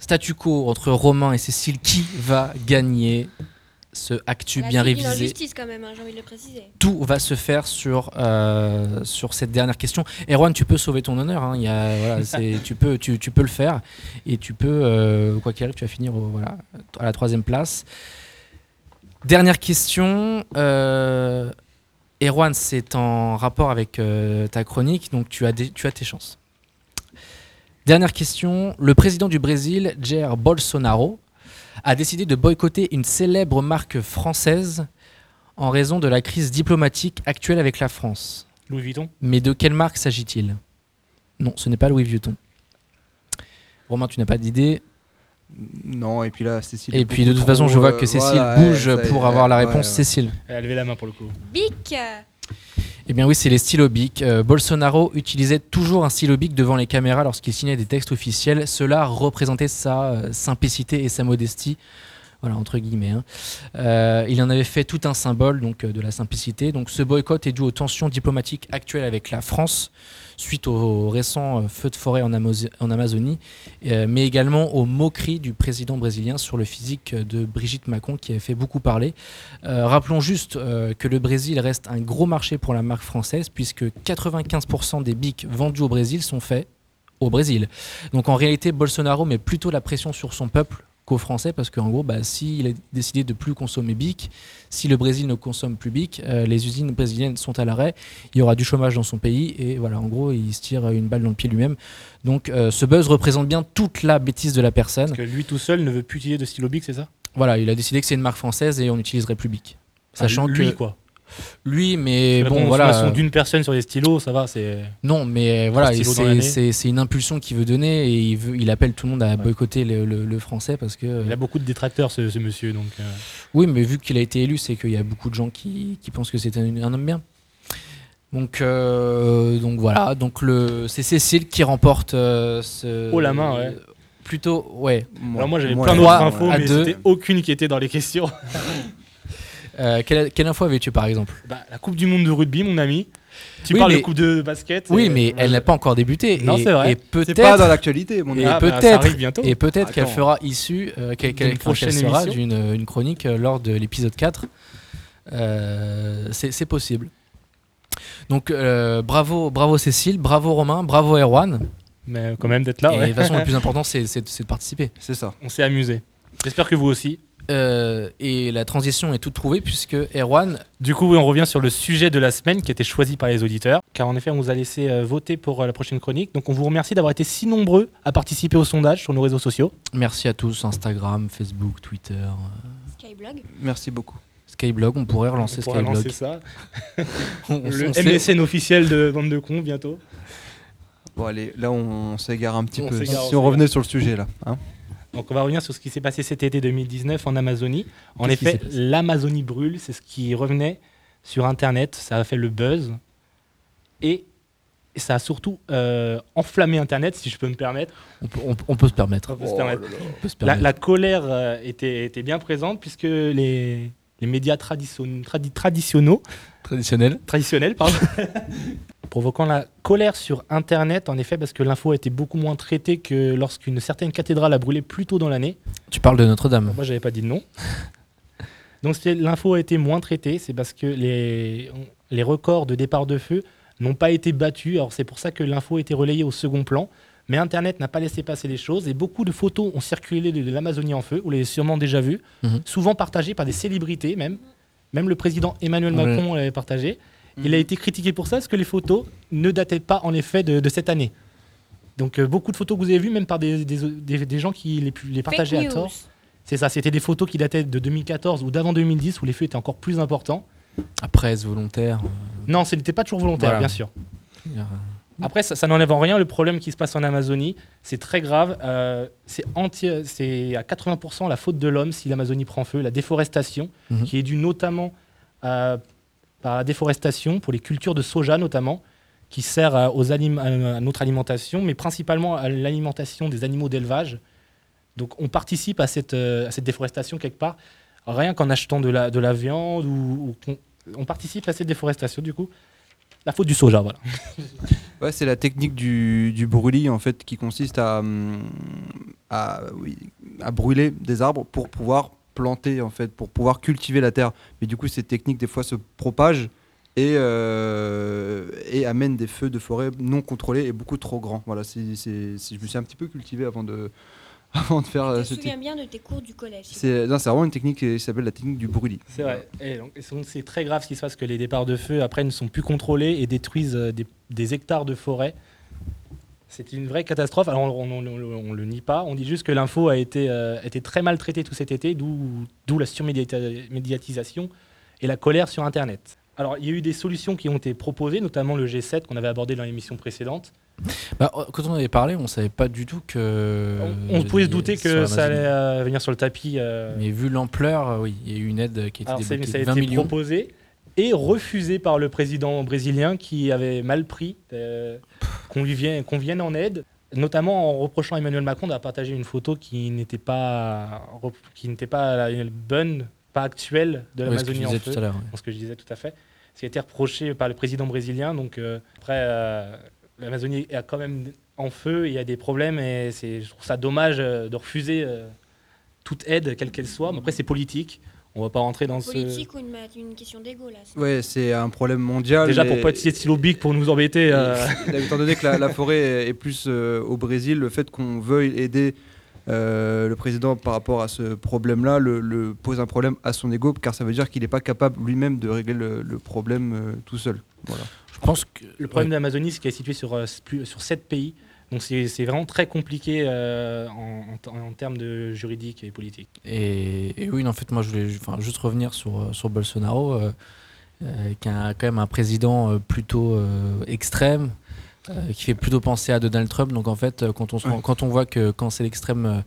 [SPEAKER 2] statu quo entre Romain et Cécile. Qui va gagner ce actu
[SPEAKER 4] Là,
[SPEAKER 2] bien
[SPEAKER 4] c'est Une
[SPEAKER 2] révisé
[SPEAKER 4] injustice quand même, hein, j'ai envie de le préciser.
[SPEAKER 2] tout va se faire sur, euh, sur cette dernière question. Erwan, tu peux sauver ton honneur. hein, il y a- voilà, c'est- tu, peux, tu, tu peux le faire. Et tu peux, euh, quoi qu'il arrive, tu vas finir au- voilà, à la troisième place. Dernière question. euh, Erwan, c'est en rapport avec euh, ta chronique, donc tu as, des- tu as tes chances. Dernière question. Le président du Brésil, Jair Bolsonaro, a décidé de boycotter une célèbre marque française en raison de la crise diplomatique actuelle avec la France.
[SPEAKER 3] Louis Vuitton
[SPEAKER 2] Mais de quelle marque s'agit-il Non, ce n'est pas Louis Vuitton. Romain, tu n'as pas d'idée.
[SPEAKER 5] Non, et puis là, Cécile. est
[SPEAKER 2] Et puis de
[SPEAKER 5] beaucoup
[SPEAKER 2] toute façon, je
[SPEAKER 5] trop,
[SPEAKER 2] vois
[SPEAKER 5] euh,
[SPEAKER 2] que Cécile
[SPEAKER 5] voilà,
[SPEAKER 2] bouge
[SPEAKER 5] ouais, ça y
[SPEAKER 2] pour
[SPEAKER 5] est,
[SPEAKER 2] avoir la
[SPEAKER 5] ouais,
[SPEAKER 2] réponse.
[SPEAKER 5] ouais.
[SPEAKER 2] Cécile.
[SPEAKER 3] Elle a levé la main pour le coup.
[SPEAKER 4] Bic euh,
[SPEAKER 2] Eh bien oui, c'est les stylos bic. Euh, Bolsonaro utilisait toujours un stylo bic devant les caméras lorsqu'il signait des textes officiels. Cela représentait sa euh, simplicité et sa modestie. Voilà, entre guillemets. hein. Euh, il en avait fait tout un symbole donc, euh, de la simplicité. Donc ce boycott est dû aux tensions diplomatiques actuelles avec la France, suite aux, récents euh, feux de forêt en, Amos- en Amazonie, euh, mais également aux moqueries du président brésilien sur le physique euh, de Brigitte Macron, qui avait fait beaucoup parler. Euh, rappelons juste euh, que le Brésil reste un gros marché pour la marque française, puisque 95% des bics vendus au Brésil sont faits au Brésil. Donc en réalité, Bolsonaro met plutôt la pression sur son peuple qu'aux Français parce qu'en gros, bah, s'il a décidé de plus consommer BIC, si le Brésil ne consomme plus BIC, euh, les usines brésiliennes sont à l'arrêt, il y aura du chômage dans son pays et voilà, en gros, il se tire une balle dans le pied lui-même. Donc euh, ce buzz représente bien toute la bêtise de la personne.
[SPEAKER 3] Parce que lui tout seul ne veut plus utiliser de stylo bic, c'est ça
[SPEAKER 2] Voilà, il a décidé que c'est une marque française et on n'utiliserait plus BIC.
[SPEAKER 3] Enfin,
[SPEAKER 2] Sachant que
[SPEAKER 3] lui, quoi.
[SPEAKER 2] lui, mais
[SPEAKER 3] la
[SPEAKER 2] bon, voilà.
[SPEAKER 3] consommation d'une personne sur les stylos, ça va, c'est.
[SPEAKER 2] Non, mais euh, voilà, et
[SPEAKER 3] stylos dans
[SPEAKER 2] c'est
[SPEAKER 3] l'année.
[SPEAKER 2] c'est- c'est une impulsion qu'il veut donner et il, veut, il appelle tout le monde à
[SPEAKER 3] Ouais.
[SPEAKER 2] boycotter le, le- le français parce que. euh,
[SPEAKER 3] Il a beaucoup de détracteurs, ce, ce monsieur, donc. euh,
[SPEAKER 2] Oui, mais vu qu'il a été élu, c'est qu'il y a beaucoup de gens qui, qui pensent que c'est un, un homme bien. Donc, euh, donc voilà, donc le c'est Cécile qui remporte euh, ce.
[SPEAKER 3] Haut la main, ouais.
[SPEAKER 2] Plutôt, ouais.
[SPEAKER 3] Alors moi, j'avais
[SPEAKER 5] Moi,
[SPEAKER 3] plein
[SPEAKER 5] ouais.
[SPEAKER 3] d'autres
[SPEAKER 2] Trois
[SPEAKER 3] infos,
[SPEAKER 2] à
[SPEAKER 3] mais
[SPEAKER 2] deux.
[SPEAKER 3] c'était aucune qui était dans les questions.
[SPEAKER 2] Euh, quelle, quelle info avais-tu par exemple
[SPEAKER 3] Bah, la Coupe du Monde de rugby, mon ami. Tu
[SPEAKER 2] Oui,
[SPEAKER 3] parles
[SPEAKER 2] mais-
[SPEAKER 3] de Coupe de basket.
[SPEAKER 2] Oui,
[SPEAKER 3] euh,
[SPEAKER 2] mais elle n'a pas encore débuté.
[SPEAKER 3] Non,
[SPEAKER 2] et,
[SPEAKER 3] c'est vrai.
[SPEAKER 2] Et
[SPEAKER 5] C'est pas dans
[SPEAKER 2] peut-être.
[SPEAKER 5] l'actualité, mon
[SPEAKER 2] Et
[SPEAKER 5] ami.
[SPEAKER 3] Ah, bah, ça
[SPEAKER 2] peut-être-
[SPEAKER 3] arrive bientôt.
[SPEAKER 2] Et peut-être qu'elle
[SPEAKER 5] Attends.
[SPEAKER 2] fera issue, euh, qu'elle
[SPEAKER 3] D'une
[SPEAKER 2] qu'elle- quand elle
[SPEAKER 3] prochaine
[SPEAKER 2] sera
[SPEAKER 3] émission
[SPEAKER 2] d'une euh, une chronique euh, lors de l'épisode 4. Euh, c'est c'est possible. Donc euh, bravo, bravo Cécile, bravo Romain, bravo Erwan.
[SPEAKER 3] Mais euh, quand même d'être là,
[SPEAKER 2] Et
[SPEAKER 3] Bah ouais.
[SPEAKER 2] de toute façon, le plus important, c'est c'est de c'est de participer.
[SPEAKER 5] C'est ça.
[SPEAKER 3] on s'est amusé. J'espère que vous aussi.
[SPEAKER 2] Euh, et la transition est toute trouvée puisque Erwan,
[SPEAKER 3] Du coup, oui, on revient sur le sujet de la semaine qui a été choisi par les auditeurs, car en effet, on vous a laissé euh, voter pour euh, la prochaine chronique. Donc, on vous remercie d'avoir été si nombreux à participer au sondage sur nos réseaux sociaux.
[SPEAKER 2] merci à tous, Instagram, Facebook, Twitter, euh,
[SPEAKER 4] Skyblog.
[SPEAKER 5] Merci beaucoup.
[SPEAKER 2] Skyblog, on pourrait relancer
[SPEAKER 3] On pourra
[SPEAKER 2] Skyblog.
[SPEAKER 3] lancer ça.
[SPEAKER 2] On- on-
[SPEAKER 3] Le
[SPEAKER 2] on sait-
[SPEAKER 3] MSN officiel de Bande de Cons, bientôt.
[SPEAKER 5] Bon, allez, là, on s'égare un petit
[SPEAKER 3] On
[SPEAKER 5] peu.
[SPEAKER 3] s'égare,
[SPEAKER 5] Si
[SPEAKER 3] on
[SPEAKER 5] on revenait sur le sujet, là. hein.
[SPEAKER 3] Donc on va revenir sur ce qui s'est passé cet été 2019 en Amazonie. En
[SPEAKER 2] Qu'est-ce qui s'est
[SPEAKER 3] effet,
[SPEAKER 2] passé
[SPEAKER 3] l'Amazonie brûle, c'est ce qui revenait sur Internet, ça a fait le buzz. Et ça a surtout euh, enflammé Internet, si je peux me permettre.
[SPEAKER 2] on, peut, on- on peut se permettre.
[SPEAKER 3] On peut se permettre.
[SPEAKER 2] On peut se
[SPEAKER 3] La,
[SPEAKER 2] permettre.
[SPEAKER 3] la colère euh, était, était bien présente puisque les, les médias tradition- tradi- traditionnaux
[SPEAKER 2] Traditionnel.
[SPEAKER 3] traditionnel, pardon. Provoquant la colère sur Internet, en effet, parce que l'info a été beaucoup moins traitée que lorsqu'une certaine cathédrale a brûlé plus tôt dans l'année.
[SPEAKER 2] Tu parles de Notre-Dame.
[SPEAKER 3] Moi, j'avais pas dit de nom. Donc, c'est- l'info a été moins traitée, c'est parce que les, on- les records de départ de feu n'ont pas été battus. Alors, c'est pour ça que l'info a été relayée au second plan. Mais Internet n'a pas laissé passer les choses et beaucoup de photos ont circulé de, de l'Amazonie en feu. Vous l'avez sûrement déjà vu,
[SPEAKER 2] Mhm.
[SPEAKER 3] souvent partagées par des célébrités même. Même le président Emmanuel
[SPEAKER 2] Ouais. Mhm.
[SPEAKER 3] Macron l'avait partagé. Il a été critiqué pour ça parce que les photos ne dataient pas en effet de, de cette année. Donc euh, beaucoup de photos que vous avez vues, même par des, des- des- des gens qui les, pu- les partageaient à
[SPEAKER 4] Fake
[SPEAKER 3] tort.
[SPEAKER 4] news.
[SPEAKER 2] Euh,
[SPEAKER 3] C'est ça, c'était des photos qui dataient de 2014 ou d'avant 2010 où les feux étaient encore plus importants.
[SPEAKER 2] Après, est-ce volontaire
[SPEAKER 3] Non, ce n'était pas toujours volontaire,
[SPEAKER 2] Voilà.
[SPEAKER 3] bien sûr.
[SPEAKER 2] euh,
[SPEAKER 3] Après, ça, ça n'enlève en rien le problème qui se passe en Amazonie. C'est très grave. euh, c'est anti- c'est à 80% la faute de l'homme si l'Amazonie prend feu. La déforestation,
[SPEAKER 2] Mhm.
[SPEAKER 3] qui est due notamment à- par la déforestation pour les cultures de soja, notamment, qui sert à, aux alim- à notre alimentation, mais principalement à l'alimentation des animaux d'élevage. Donc, on participe à cette, euh, à cette déforestation quelque part, rien qu'en achetant de la, de la viande. Ou, ou qu'on- on participe à cette déforestation, du coup. La faute du soja, voilà.
[SPEAKER 5] Ouais, c'est la technique du, du brûlis, en fait, qui consiste à, hum, à, oui, à brûler des arbres pour pouvoir planter, en fait, pour pouvoir cultiver la terre. Mais du coup, ces techniques, des fois, se propagent et, euh, et amènent des feux de forêt non contrôlés et beaucoup trop grands. Voilà, c'est, c'est- c'est- je me suis un petit peu cultivé avant de, avant de faire euh,
[SPEAKER 4] Je
[SPEAKER 5] ce
[SPEAKER 4] me
[SPEAKER 5] type.
[SPEAKER 4] souviens bien de tes cours du collège.
[SPEAKER 5] C'est, non, c'est vraiment une technique qui s'appelle la technique du brûlis.
[SPEAKER 3] C'est vrai. Et donc, et donc, c'est très grave ce qui se passe que les départs de feu après ne sont plus contrôlés et détruisent euh, des, des hectares de forêt. C'est une vraie catastrophe. Alors on, on- on- on le nie pas. On dit juste que l'info a été, euh, a été très mal traitée tout cet été, d'où d'où la surmédiatisation et la colère sur Internet. Alors il y a eu des solutions qui ont été proposées, notamment le G7 qu'on avait abordé dans l'émission précédente.
[SPEAKER 2] Bah, euh, quand on avait parlé, on savait pas du tout que.
[SPEAKER 3] on, on pouvait se douter
[SPEAKER 2] sur
[SPEAKER 3] que
[SPEAKER 2] Amazon.
[SPEAKER 3] ça allait euh, venir sur le tapis. euh,
[SPEAKER 2] Mais vu l'ampleur, euh, oui, il y a eu une aide qui a été
[SPEAKER 3] Alors, c'est-
[SPEAKER 2] débloquée,
[SPEAKER 3] ça a
[SPEAKER 2] 20
[SPEAKER 3] été
[SPEAKER 2] millions.
[SPEAKER 3] proposé et refusé par le président brésilien qui avait mal pris euh, qu'on lui vienne, qu'on vienne en aide, notamment en reprochant à Emmanuel Macron d'avoir partagé une photo qui n'était pas rep- qui n'était pas la bonne, pas actuelle de
[SPEAKER 2] Ouais, ce que tu
[SPEAKER 3] l'Amazonie en
[SPEAKER 2] disais
[SPEAKER 3] feu.
[SPEAKER 2] tout à l'heure. ouais.
[SPEAKER 3] Ce que je disais tout à fait, ce qui a été reproché par le président brésilien. Donc euh, après, euh, l'Amazonie est quand même en feu, il y a des problèmes et c'est, je trouve ça dommage euh, de refuser euh, toute aide, quelle qu'elle soit. Mais après, c'est politique. On va pas rentrer dans ce.
[SPEAKER 4] Politique ou une, ma- une question d'ego là. c'est-
[SPEAKER 5] Ouais, c'est un problème mondial.
[SPEAKER 3] Déjà pour
[SPEAKER 5] et-
[SPEAKER 3] pas utiliser de stylo bic pour nous embêter. euh,
[SPEAKER 5] Et- Étant donné que la, la forêt est- est plus euh, au Brésil, le fait qu'on veuille aider euh, le président, par rapport à ce problème-là, le, le pose un problème à son ego, car ça veut dire qu'il n'est pas capable lui-même de régler le, le problème euh, tout seul. Voilà.
[SPEAKER 2] Je pense que
[SPEAKER 3] Le problème d'Amazonie, c'est qu'elle est située sur, euh, s- plus- sur 7 pays. Donc c'est c'est vraiment très compliqué euh, en, en- en termes de juridique et politique.
[SPEAKER 2] Et, et oui, non, en fait, moi, je voulais ju- enfin, juste revenir sur, euh, sur Bolsonaro, euh, euh, qui a quand même un président euh, plutôt euh, extrême, euh, qui fait plutôt penser à Donald Trump. Donc, en fait, euh, quand on, se rend- quand on voit que quand c'est l'extrême. euh,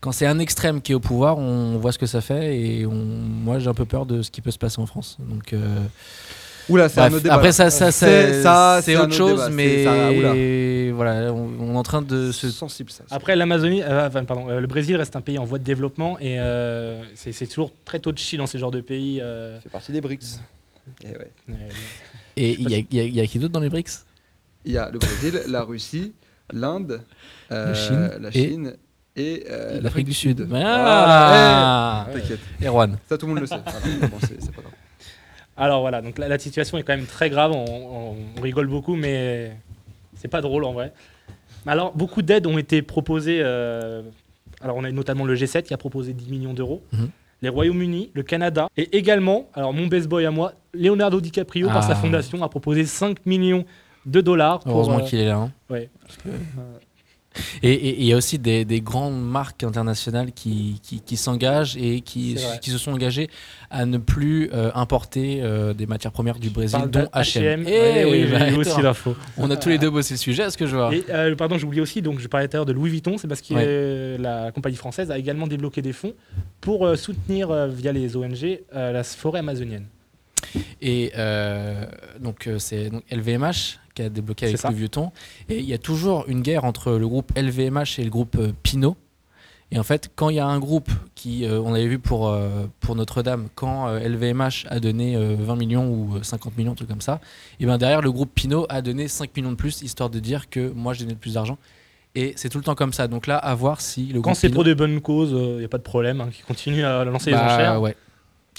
[SPEAKER 2] quand c'est un extrême qui est au pouvoir, on voit ce que ça fait et on, moi j'ai un peu peur de ce qui peut se passer en France. Donc euh,
[SPEAKER 5] Oula, c'est un
[SPEAKER 2] bref,
[SPEAKER 5] autre débat.
[SPEAKER 2] après ça, ça,
[SPEAKER 5] C'est-
[SPEAKER 2] c'est-
[SPEAKER 5] ça,
[SPEAKER 2] c'est
[SPEAKER 5] un
[SPEAKER 2] autre
[SPEAKER 5] autre
[SPEAKER 2] chose,
[SPEAKER 5] débat, c'est-
[SPEAKER 2] mais
[SPEAKER 5] ça, oula.
[SPEAKER 2] voilà, on, on est en train de se
[SPEAKER 5] Euh, C'est sensible
[SPEAKER 2] Ah.
[SPEAKER 5] ça.
[SPEAKER 3] Après l'Amazonie, euh, enfin, pardon, euh, le Brésil reste un pays en voie de développement et euh, c'est c'est toujours très touchy dans ces genres de pays. euh,
[SPEAKER 5] fait partie des BRICS. Eh ouais.
[SPEAKER 3] euh,
[SPEAKER 2] Et il y, a- il y a- il y a qui d'autre dans les BRICS
[SPEAKER 5] Il y a le Brésil, la Russie, l'Inde, euh,
[SPEAKER 2] La Chine
[SPEAKER 5] la Chine,
[SPEAKER 2] et-
[SPEAKER 5] et, euh,
[SPEAKER 2] L'Afrique du Sud. Ah
[SPEAKER 5] Voilà. Eh, T'inquiète,
[SPEAKER 2] Erwan.
[SPEAKER 5] ça tout le monde le sait. Voilà, bon, c'est- c'est pas grave.
[SPEAKER 3] Alors voilà, donc la, la situation est quand même très grave, on, on- on rigole beaucoup, mais c'est pas drôle en vrai. Mais Alors, beaucoup d'aides ont été proposées. euh, alors, on a notamment le G7 qui a proposé 10 millions d'euros,
[SPEAKER 2] Mhm.
[SPEAKER 3] les Royaumes-Unis, le Canada, et également, alors mon best boy à moi, Leonardo DiCaprio, par
[SPEAKER 2] Ah.
[SPEAKER 3] sa fondation, a proposé 5 millions de dollars. Pour,
[SPEAKER 2] Heureusement
[SPEAKER 3] euh,
[SPEAKER 2] qu'il est là. hein.
[SPEAKER 3] ouais.
[SPEAKER 2] Parce que- Et- Et et il y a aussi des, des grandes marques internationales qui, qui, qui s'engagent et qui,
[SPEAKER 3] C'est vrai.
[SPEAKER 2] qui se sont engagées à ne plus euh, importer euh, des matières premières du
[SPEAKER 3] je
[SPEAKER 2] Brésil,
[SPEAKER 3] parle
[SPEAKER 2] dont
[SPEAKER 3] de
[SPEAKER 2] H&M.
[SPEAKER 3] Eh
[SPEAKER 2] Eh,
[SPEAKER 3] oui,
[SPEAKER 2] bah,
[SPEAKER 3] j'ai eu aussi
[SPEAKER 2] attends,
[SPEAKER 3] l'info.
[SPEAKER 2] on a tous les deux bossé le sujet, est-ce que je vois
[SPEAKER 3] Et euh, pardon, j'oubliais aussi, donc je parlais tout à l'heure de Louis Vuitton, c'est parce que
[SPEAKER 2] Ouais.
[SPEAKER 3] euh, la compagnie française a également débloqué des fonds pour euh, soutenir euh, via les ONG euh, la forêt amazonienne.
[SPEAKER 2] Et euh, donc euh, c'est donc LVMH qui a débloqué avec
[SPEAKER 3] C'est ça.
[SPEAKER 2] Louis Vuitton. Et il y a toujours une guerre entre le groupe LVMH et le groupe euh, Pinot. Et en fait, quand il y a un groupe qui, euh, on avait vu pour, euh, pour Notre-Dame, quand euh, LVMH a donné euh, 20 millions ou euh, 50 millions, un truc comme ça, et bien derrière, le groupe Pinot a donné 5 millions de plus, histoire de dire que moi, j'ai donné le plus d'argent. Et c'est tout le temps comme ça. Donc là, à voir si le
[SPEAKER 3] Quand
[SPEAKER 2] groupe
[SPEAKER 3] c'est
[SPEAKER 2] Pinot...
[SPEAKER 3] pour des bonnes causes, il n'y a pas de problème, hein, qui continue à lancer les
[SPEAKER 2] Bah,
[SPEAKER 3] enchères.
[SPEAKER 2] ouais.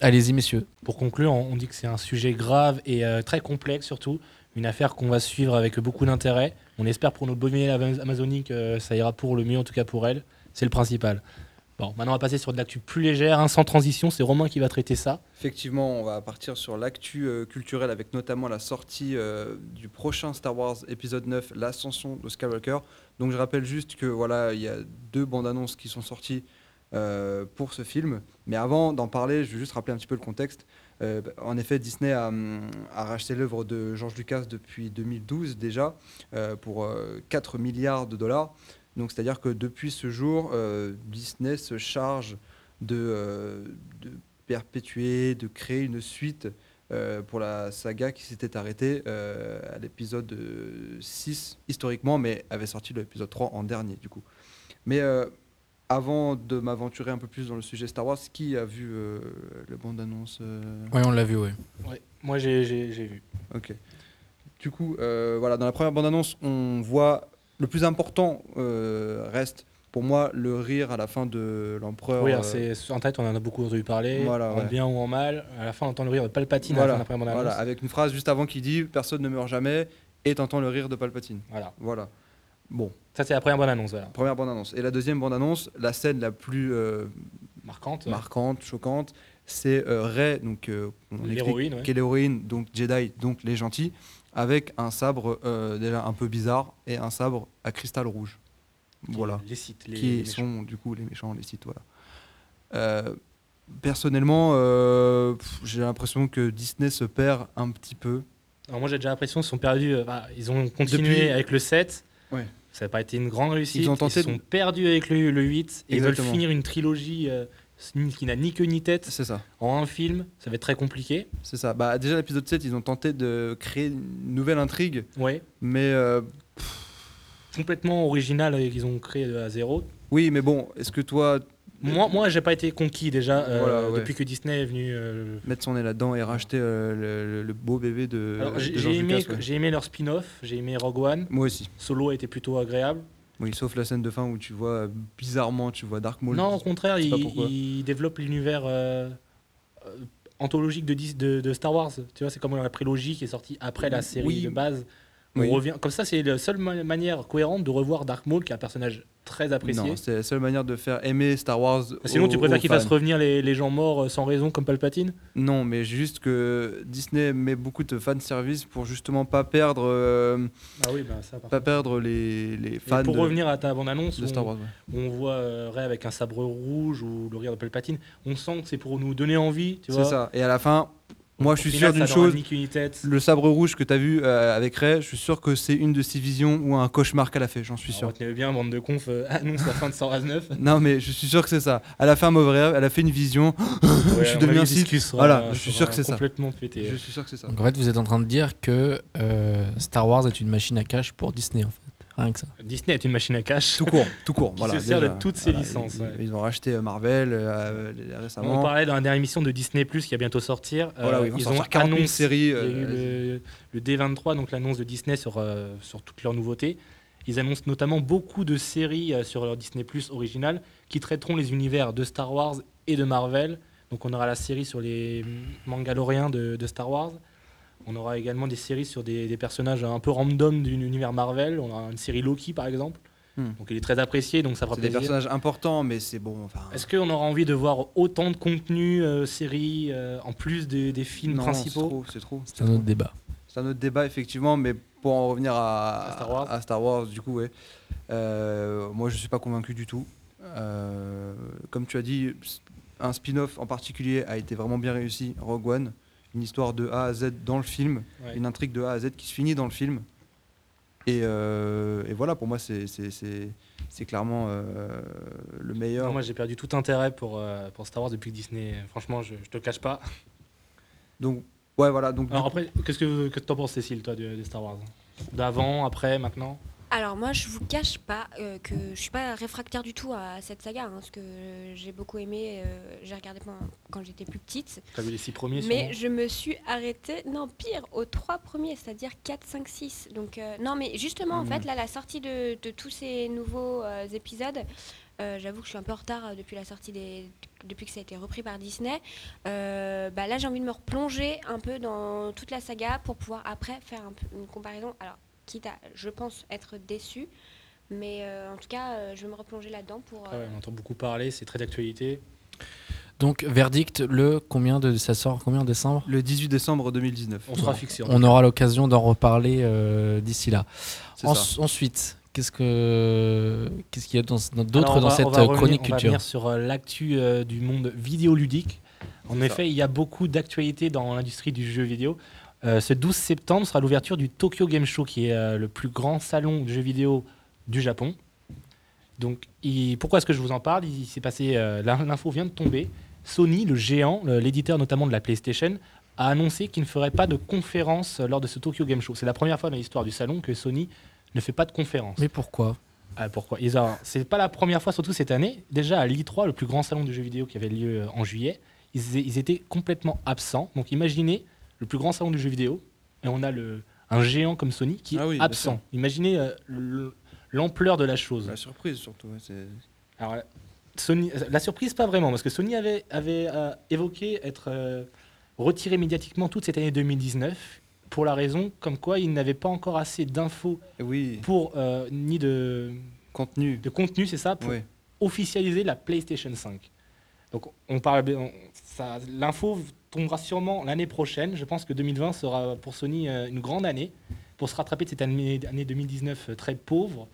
[SPEAKER 2] Allez-y, messieurs.
[SPEAKER 3] Pour conclure, on on dit que c'est un sujet grave et euh, très complexe surtout, une affaire qu'on va suivre avec beaucoup d'intérêt. On espère pour notre bonne vieille Ama- Amazonie que euh, ça ira pour le mieux, en tout cas pour elle, c'est le principal. Bon, maintenant on va passer sur de l'actu plus légère, hein, sans transition, c'est Romain qui va traiter ça.
[SPEAKER 5] Effectivement, on va partir sur l'actu euh, culturelle avec notamment la sortie euh, du prochain Star Wars épisode 9, l'ascension de Skywalker. Donc je rappelle juste que voilà, il y a deux bandes annonces qui sont sorties euh, pour ce film. Mais avant d'en parler, je vais juste rappeler un petit peu le contexte. Euh, bah, en effet, Disney a, hum, a racheté l'œuvre de George Lucas depuis 2012 déjà euh, pour euh, 4 milliards de dollars. Donc c'est-à-dire que depuis ce jour, euh, Disney se charge de, euh, de perpétuer, de créer une suite euh, pour la saga qui s'était arrêtée euh, à l'épisode euh, 6 historiquement, mais avait sorti l'épisode 3 en dernier du coup. Mais euh, avant de m'aventurer un peu plus dans le sujet Star Wars, qui a vu euh, le bande-annonce euh,
[SPEAKER 2] Oui, on l'a vu, oui.
[SPEAKER 3] Moi j'ai vu.
[SPEAKER 5] Ok. Du coup, euh, voilà, dans la première bande-annonce, on voit le plus important euh, reste pour moi le rire à la fin de l'empereur.
[SPEAKER 3] Oui,
[SPEAKER 5] euh,
[SPEAKER 3] alors c'est en tête, on en a beaucoup entendu parler,
[SPEAKER 5] Voilà,
[SPEAKER 3] en
[SPEAKER 5] ouais.
[SPEAKER 3] bien ou en mal. À la fin, on entend le rire de Palpatine à la fin de la première bande-annonce.
[SPEAKER 5] voilà, avec une phrase juste avant qui dit personne ne meurt jamais et t'entends le rire de Palpatine.
[SPEAKER 3] Voilà.
[SPEAKER 5] Voilà. Bon,
[SPEAKER 3] Ça, c'est la première bonne annonce, voilà.
[SPEAKER 5] première bande-annonce. Et la deuxième bande-annonce, la scène la plus euh,
[SPEAKER 3] Marquante.
[SPEAKER 5] marquante, choquante, c'est euh, Rey, donc euh, on explique
[SPEAKER 3] L'héroïne, ouais.
[SPEAKER 5] qui est l'héroïne, donc Jedi, donc les gentils, avec un sabre euh, déjà un peu bizarre et un sabre à cristal rouge.
[SPEAKER 3] Qui
[SPEAKER 5] Voilà.
[SPEAKER 3] Les sites, les,
[SPEAKER 5] qui
[SPEAKER 3] les méchants.
[SPEAKER 5] sont du coup les méchants, les sites, voilà. Euh, personnellement, euh, pff, j'ai l'impression que Disney se perd un petit peu.
[SPEAKER 3] Alors, moi, j'ai déjà l'impression qu'ils sont perdus. euh, bah, ils ont continué
[SPEAKER 5] Depuis-
[SPEAKER 3] avec le 7.
[SPEAKER 5] Ouais.
[SPEAKER 3] Ça n'a pas été une grande réussite.
[SPEAKER 5] Ils ont tenté de-
[SPEAKER 3] sont perdus avec le, le 8. Et ils veulent
[SPEAKER 5] Exactement.
[SPEAKER 3] finir une trilogie euh, qui n'a ni queue ni tête
[SPEAKER 5] C'est ça.
[SPEAKER 3] en un film. Ça va être très compliqué.
[SPEAKER 5] C'est ça. Bah, déjà, l'épisode 7, ils ont tenté de créer une nouvelle intrigue,
[SPEAKER 3] Ouais.
[SPEAKER 5] mais euh,
[SPEAKER 3] Complètement original et qu'ils ont créé de à zéro.
[SPEAKER 5] oui, mais bon, est-ce que toi,
[SPEAKER 3] Moi, moi j'ai pas été conquis déjà euh,
[SPEAKER 5] Voilà, ouais.
[SPEAKER 3] depuis que Disney est venu euh,
[SPEAKER 5] mettre son nez là-dedans et racheter euh, le, le- le beau bébé de.
[SPEAKER 3] Alors,
[SPEAKER 5] de
[SPEAKER 3] j'ai
[SPEAKER 5] George
[SPEAKER 3] j'ai aimé,
[SPEAKER 5] Lucas, ouais.
[SPEAKER 3] j'ai aimé leur spin-off, j'ai aimé Rogue One.
[SPEAKER 5] Moi aussi.
[SPEAKER 3] Solo a été plutôt agréable.
[SPEAKER 5] Oui, sauf la scène de fin où tu vois euh, bizarrement, tu vois Dark Maul.
[SPEAKER 3] non, au contraire,
[SPEAKER 5] sais pas
[SPEAKER 3] ils
[SPEAKER 5] pourquoi.
[SPEAKER 3] il développent l'univers euh, euh, anthologique de, Dis- de, de Star Wars. Tu vois, c'est comme la prélogie qui est sortie après la série
[SPEAKER 5] Oui.
[SPEAKER 3] de base. On
[SPEAKER 5] Oui.
[SPEAKER 3] revient. Comme ça, c'est la seule ma- manière cohérente de revoir Dark Maul, qui est un personnage très apprécié.
[SPEAKER 5] Non, oh, c'est la seule manière de faire aimer Star Wars.
[SPEAKER 3] Ah, Sinon,
[SPEAKER 5] aux-
[SPEAKER 3] tu préfères
[SPEAKER 5] aux
[SPEAKER 3] qu'ils
[SPEAKER 5] fans.
[SPEAKER 3] fassent revenir les, les gens morts euh, sans raison comme Palpatine
[SPEAKER 5] Non, mais juste que Disney met beaucoup de fanservice pour justement pas perdre, euh,
[SPEAKER 3] Ah oui, bah ça par
[SPEAKER 5] pas perdre les, les
[SPEAKER 3] Et
[SPEAKER 5] fans
[SPEAKER 3] pour
[SPEAKER 5] de,
[SPEAKER 3] revenir à ta bande-annonce,
[SPEAKER 5] de
[SPEAKER 3] où
[SPEAKER 5] Star Wars.
[SPEAKER 3] on-
[SPEAKER 5] ouais.
[SPEAKER 3] où on voit euh, Ray avec un sabre rouge ou le regard de Palpatine, on sent que c'est pour nous donner envie, tu vois.
[SPEAKER 5] C'est ça. Et à la fin, moi, Ah, je suis
[SPEAKER 3] Au
[SPEAKER 5] sûr
[SPEAKER 3] final,
[SPEAKER 5] d'une
[SPEAKER 3] ça donne
[SPEAKER 5] chose.
[SPEAKER 3] un Nick Unitet.
[SPEAKER 5] Le sabre rouge que t'as vu euh, avec Ray, je suis sûr que c'est une de ses visions ou un cauchemar qu'elle a fait, j'en suis
[SPEAKER 3] Alors,
[SPEAKER 5] sûr.
[SPEAKER 3] Ah, Retenez-le bien, bande de confs, euh, annonce la fin de 129.
[SPEAKER 5] Non, mais je suis sûr que c'est ça. Elle a fait un mauvais rêve, elle a fait une vision.
[SPEAKER 3] Ouais, à
[SPEAKER 5] suis
[SPEAKER 3] mon
[SPEAKER 5] devenu
[SPEAKER 3] avis,
[SPEAKER 5] un Sith.
[SPEAKER 3] Discus sera- euh,
[SPEAKER 5] Voilà, je suis
[SPEAKER 3] sera
[SPEAKER 5] sûr que c'est ça.
[SPEAKER 3] Complètement pété.
[SPEAKER 5] Je suis sûr que c'est ça.
[SPEAKER 2] Donc en fait, vous êtes en train de dire que euh, Star Wars est une machine à cash pour Disney, en fait. Rien que ça.
[SPEAKER 3] Disney est une machine à cash.
[SPEAKER 5] Tout court, tout court.
[SPEAKER 3] Qui
[SPEAKER 5] voilà,
[SPEAKER 3] se sert de
[SPEAKER 5] déjà.
[SPEAKER 3] toutes ses
[SPEAKER 5] Voilà,
[SPEAKER 3] licences,
[SPEAKER 5] Ils,
[SPEAKER 3] ouais.
[SPEAKER 5] ils ont racheté euh, Marvel euh, euh, récemment.
[SPEAKER 3] On parlait dans la dernière émission de Disney Plus qui va bientôt sortir. Euh,
[SPEAKER 5] Voilà, Oh oui, ils vont sortir 40 000 séries,
[SPEAKER 3] il y a eu
[SPEAKER 5] euh,
[SPEAKER 3] le, le D23, donc l'annonce de Disney sur, euh, sur toutes leurs nouveautés. Ils annoncent notamment beaucoup de séries euh, sur leur Disney Plus original qui traiteront les univers de Star Wars et de Marvel. Donc on aura la série sur les Mandaloriens de, de Star Wars. On aura également des séries sur des, des personnages un peu random d'un univers Marvel. On aura une série Loki par exemple.
[SPEAKER 5] Hmm.
[SPEAKER 3] Donc il est très apprécié, donc ça fera
[SPEAKER 5] C'est des
[SPEAKER 3] plaisir.
[SPEAKER 5] personnages importants, mais c'est bon. Enfin,
[SPEAKER 3] Est-ce qu'on aura envie de voir autant de contenu, euh, séries, euh, en plus des, des films
[SPEAKER 5] non,
[SPEAKER 3] principaux
[SPEAKER 5] C'est trop.
[SPEAKER 2] C'est un autre débat.
[SPEAKER 5] C'est un autre débat, effectivement, mais pour en revenir à,
[SPEAKER 3] À Star Wars.
[SPEAKER 5] Wars, du coup, ouais. Euh, moi, je ne suis pas convaincu du tout. Euh, comme tu as dit, un spin-off en particulier a été vraiment bien réussi, Rogue One. Une histoire de A à Z dans le film,
[SPEAKER 3] Ouais.
[SPEAKER 5] une intrigue de A à Z qui se finit dans le film. Et, euh, et voilà, pour moi, c'est- c'est c'est- c'est clairement euh, le meilleur.
[SPEAKER 3] Non, Moi j'ai perdu tout intérêt pour, euh, pour Star Wars depuis que Disney. Franchement, je, je te cache pas.
[SPEAKER 5] Donc, ouais, voilà. Donc, du
[SPEAKER 3] Alors
[SPEAKER 5] coup-
[SPEAKER 3] après, qu'est-ce que, que t'en penses, Cécile, toi, de, de Star Wars D'avant, après, maintenant
[SPEAKER 4] Alors moi, je vous cache pas euh, que je suis pas réfractaire du tout à cette saga, hein, parce que euh, j'ai beaucoup aimé, euh, j'ai regardé quand, quand j'étais plus petite,
[SPEAKER 3] T'as vu les six premiers sûrement
[SPEAKER 4] mais je me suis arrêtée, non pire, aux trois premiers, c'est-à-dire 4, 5, 6. Donc euh, non, mais justement, en
[SPEAKER 3] Hmm.
[SPEAKER 5] Mhm.
[SPEAKER 4] fait, là, la sortie de, de tous ces nouveaux euh, épisodes, euh, j'avoue que je suis un peu en retard euh, depuis la sortie des, depuis que ça a été repris par Disney. Euh, bah là, j'ai envie de me replonger un peu dans toute la saga pour pouvoir après faire un peu une comparaison. Alors, quitte à, je pense, être déçu, mais euh, en tout cas, euh, je vais me replonger là-dedans pour.
[SPEAKER 3] Ah
[SPEAKER 4] euh,
[SPEAKER 3] ouais, On entend beaucoup parler, c'est très d'actualité.
[SPEAKER 2] Donc, verdict, le combien de. Ça sort combien en décembre
[SPEAKER 5] le 18 décembre 2019.
[SPEAKER 3] On sera fixé. en tout
[SPEAKER 2] On aura l'occasion d'en reparler euh, d'ici là.
[SPEAKER 5] C'est
[SPEAKER 2] En-
[SPEAKER 5] ça.
[SPEAKER 2] Ensuite, qu'est-ce que qu'est-ce qu'il y a dans- dans-
[SPEAKER 3] Alors,
[SPEAKER 2] d'autre
[SPEAKER 3] on
[SPEAKER 2] dans
[SPEAKER 3] va-
[SPEAKER 2] cette
[SPEAKER 3] on va
[SPEAKER 2] euh,
[SPEAKER 3] revenir-
[SPEAKER 2] chronique
[SPEAKER 3] On va
[SPEAKER 2] culture
[SPEAKER 3] venir sur euh, l'actu euh, du monde vidéoludique. En
[SPEAKER 5] C'est
[SPEAKER 3] effet, il y a beaucoup d'actualités dans l'industrie du jeu vidéo. Euh, ce 12 septembre sera l'ouverture du Tokyo Game Show, qui est euh, le plus grand salon de jeux vidéo du Japon. Donc, il- pourquoi est-ce que je vous en parle Il s'est passé, euh, l'in- l'info vient de tomber. Sony, le géant, le- l'éditeur notamment de la PlayStation, a annoncé qu'il ne ferait pas de conférence euh, lors de ce Tokyo Game Show. C'est la première fois dans l'histoire du salon que Sony ne fait pas de conférence.
[SPEAKER 2] Mais pourquoi
[SPEAKER 3] Ah, pourquoi Ils ont- C'est pas la première fois, surtout cette année. Déjà à l'I3, le plus grand salon de jeux vidéo qui avait lieu euh, en juillet, ils, é- ils étaient complètement absents. Donc imaginez le plus grand salon de jeux vidéo et on a le, un géant comme Sony qui
[SPEAKER 5] Ah oui,
[SPEAKER 3] est
[SPEAKER 5] bien
[SPEAKER 3] absent. Imaginez euh, le- l'ampleur de la chose.
[SPEAKER 5] La surprise, surtout. ouais, c'est-
[SPEAKER 3] Alors, euh, Sony, euh, la surprise, pas vraiment, parce que Sony avait, avait euh, évoqué être euh, retiré médiatiquement toute cette année 2019 pour la raison comme quoi il n'avait pas encore assez d'infos
[SPEAKER 5] Oui,
[SPEAKER 3] pour euh, ni de,
[SPEAKER 5] contenu.
[SPEAKER 3] de contenu, c'est ça, pour
[SPEAKER 5] Oui.
[SPEAKER 3] officialiser la PlayStation 5. Donc on parle bien- on- ça- l'info tombera sûrement l'année prochaine. Je pense que 2020 sera pour Sony euh, une grande année pour se rattraper de cette année, année 2019 euh, très pauvre.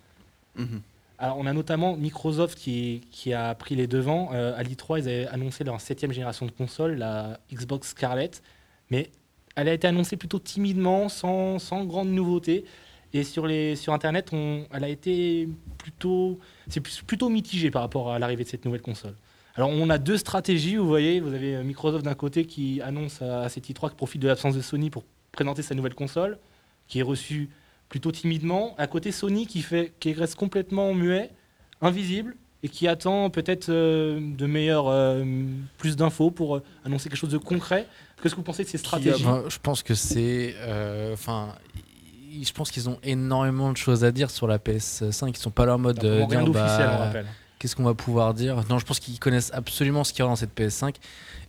[SPEAKER 5] Mhm.
[SPEAKER 3] Alors on a notamment Microsoft qui, qui a pris les devants. Euh, à l'I3, ils avaient annoncé leur septième génération de console, la Xbox Scarlett. Mais elle a été annoncée plutôt timidement, sans, sans grande nouveauté. Et sur, les, sur Internet, on, elle a été plutôt c'est plus- plutôt mitigé par rapport à l'arrivée de cette nouvelle console. Alors on a deux stratégies, vous voyez, vous avez euh, Microsoft d'un côté qui annonce à à cette i3 qui profite de l'absence de Sony pour présenter sa nouvelle console, qui est reçue plutôt timidement, à côté Sony qui, fait, qui reste complètement muet, invisible, et qui attend peut-être euh, de meilleurs, euh, plus d'infos pour euh, annoncer quelque chose de concret. Qu'est-ce que vous pensez de ces stratégies
[SPEAKER 2] Enfin, Je pense que c'est. euh, Enfin. i- je pense qu'ils ont énormément de choses à dire sur la PS5. Ils sont pas là en mode.
[SPEAKER 3] Alors,
[SPEAKER 2] euh,
[SPEAKER 3] Rien
[SPEAKER 2] dire, bah,
[SPEAKER 3] d'officiel, on rappelle.
[SPEAKER 2] Qu'est-ce qu'on va pouvoir dire Non, je pense qu'ils connaissent absolument ce qu'il y aura dans cette PS5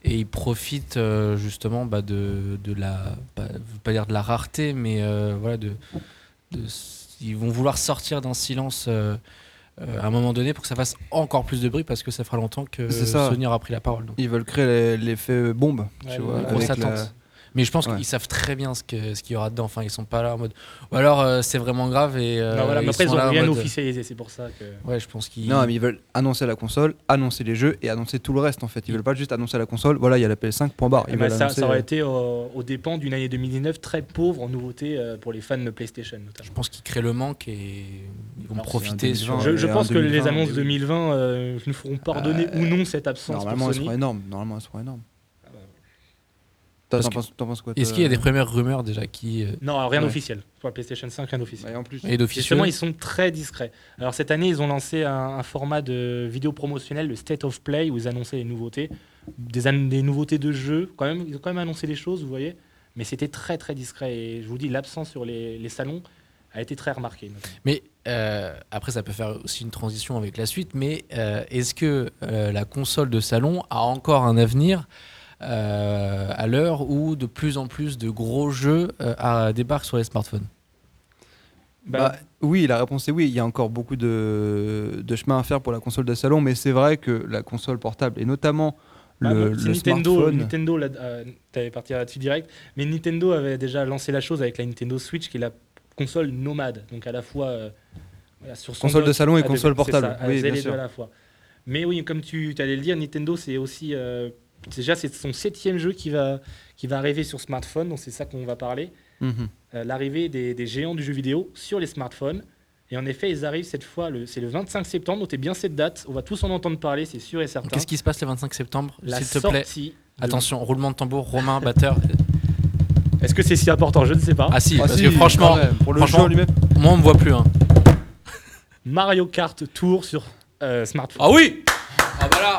[SPEAKER 2] et ils profitent euh, justement bah, de, de la, bah, je veux pas dire de la rareté, mais euh, voilà, de, de- ils vont vouloir sortir d'un silence euh, euh, à un moment donné pour que ça fasse encore plus de bruit parce que ça fera longtemps que
[SPEAKER 5] C'est ça.
[SPEAKER 2] Sony aura pris la parole. donc.
[SPEAKER 5] Ils veulent créer les- l'effet bombe.
[SPEAKER 3] Ouais,
[SPEAKER 5] tu vois,
[SPEAKER 3] la
[SPEAKER 2] grosse
[SPEAKER 5] avec
[SPEAKER 2] attente. Mais je pense
[SPEAKER 5] Ouais.
[SPEAKER 2] qu'ils savent très bien ce que- ce qu'il y aura dedans. Enfin, ils sont pas là en mode. Ou alors euh, c'est vraiment grave et. euh,
[SPEAKER 3] Non, voilà, mais après, ils
[SPEAKER 2] sont
[SPEAKER 3] ont
[SPEAKER 2] là en
[SPEAKER 3] rien
[SPEAKER 2] mode-
[SPEAKER 3] officialisé, c'est pour ça que.
[SPEAKER 2] Ouais, je pense qu'ils.
[SPEAKER 5] Non, mais ils veulent annoncer la console, annoncer les jeux et annoncer tout le reste en fait. Ils veulent pas juste annoncer la console, voilà, il y a la PS5, point barre. Ils
[SPEAKER 3] Eh ben,
[SPEAKER 5] veulent
[SPEAKER 3] ça,
[SPEAKER 5] annoncer,
[SPEAKER 3] ça aurait
[SPEAKER 5] euh,
[SPEAKER 3] été au, au dépens d'une année 2019 très pauvre en nouveautés euh, pour les fans de PlayStation notamment.
[SPEAKER 2] Je pense qu'ils créent le manque et ils vont
[SPEAKER 3] Alors,
[SPEAKER 2] profiter
[SPEAKER 5] c'est un
[SPEAKER 2] sur.
[SPEAKER 5] 2020,
[SPEAKER 3] Je, je
[SPEAKER 5] et
[SPEAKER 3] pense
[SPEAKER 5] en
[SPEAKER 3] que les
[SPEAKER 5] 2020,
[SPEAKER 3] annonces
[SPEAKER 5] oui.
[SPEAKER 3] 2020 euh, nous feront pardonner ou non cette absence pour
[SPEAKER 5] Normalement, elles
[SPEAKER 3] Sony.
[SPEAKER 5] seront énormes. Normalement, elles seront énormes.
[SPEAKER 3] Ah bah,
[SPEAKER 5] Toi,
[SPEAKER 2] Parce
[SPEAKER 5] T'en
[SPEAKER 2] que-
[SPEAKER 5] penses, t'en penses quoi
[SPEAKER 2] Est-ce
[SPEAKER 5] toi euh,
[SPEAKER 2] qu'il y a des premières rumeurs déjà qui. euh,
[SPEAKER 3] Non, alors, rien
[SPEAKER 5] Ouais.
[SPEAKER 3] d'officiel. Pour la PlayStation 5, rien d'officiel.
[SPEAKER 5] Ouais, en plus,
[SPEAKER 2] Et
[SPEAKER 3] Justement,
[SPEAKER 2] d'officiel.
[SPEAKER 3] ils sont très discrets. Alors cette année, ils ont lancé un, un format de vidéo promotionnelle, le State of Play, où ils annonçaient les nouveautés, des, an- des nouveautés de jeux. Quand même, ils ont quand même annoncé des choses, vous voyez. Mais c'était très très discret. Et je vous dis, l'absence sur les, les salons a été très remarquée. notamment.
[SPEAKER 2] Mais euh, après, ça peut faire aussi une transition avec la suite. Mais euh, est-ce que euh, la console de salon a encore un avenir euh, à l'heure où de plus en plus de gros jeux euh, à- débarquent sur les smartphones
[SPEAKER 5] Bah, oui, la réponse est oui. Il y a encore beaucoup de, de chemin à faire pour la console de salon, mais c'est vrai que la console portable et notamment
[SPEAKER 3] Bah,
[SPEAKER 5] le,
[SPEAKER 3] si
[SPEAKER 5] le
[SPEAKER 3] Nintendo,
[SPEAKER 5] smartphone.
[SPEAKER 3] Nintendo là, euh, t'avais parti là-dessus direct, mais Nintendo avait déjà lancé la chose avec la Nintendo Switch, qui est la console nomade, donc à la fois euh, voilà, sur son
[SPEAKER 5] Console de
[SPEAKER 3] dock,
[SPEAKER 5] salon et
[SPEAKER 3] elle
[SPEAKER 5] console
[SPEAKER 3] devait- c'est
[SPEAKER 5] portable.
[SPEAKER 3] ça, elle
[SPEAKER 5] Oui,
[SPEAKER 3] faisait
[SPEAKER 5] bien
[SPEAKER 3] les
[SPEAKER 5] sûr.
[SPEAKER 3] deux à la fois. Mais oui, comme tu allais le dire, Nintendo c'est aussi euh, déjà c'est son septième jeu qui va qui va arriver sur smartphone, donc c'est ça qu'on va parler.
[SPEAKER 5] Mhm.
[SPEAKER 2] Ah,
[SPEAKER 3] Euh, L'arrivée des, des géants du jeu vidéo sur les smartphones. Et en effet, ils arrivent cette fois, le- c'est le 25 septembre, notez bien cette date, on va tous en entendre parler, c'est sûr et certain.
[SPEAKER 2] Qu'est-ce qui se passe le 25 septembre
[SPEAKER 3] La
[SPEAKER 2] S'il te plaît.
[SPEAKER 3] sortie de-
[SPEAKER 2] Attention, roulement de tambour, Romain, batteur.
[SPEAKER 3] Est-ce que c'est si important Je ne sais pas.
[SPEAKER 2] Ah si,
[SPEAKER 5] Ah,
[SPEAKER 2] parce
[SPEAKER 5] si,
[SPEAKER 2] que franchement,
[SPEAKER 5] quand même, pour le
[SPEAKER 2] franchement-
[SPEAKER 5] jeu lui-même.
[SPEAKER 2] moi on me voit plus. hein.
[SPEAKER 3] Mario Kart Tour sur euh, smartphone.
[SPEAKER 2] Ah oui Ah bah là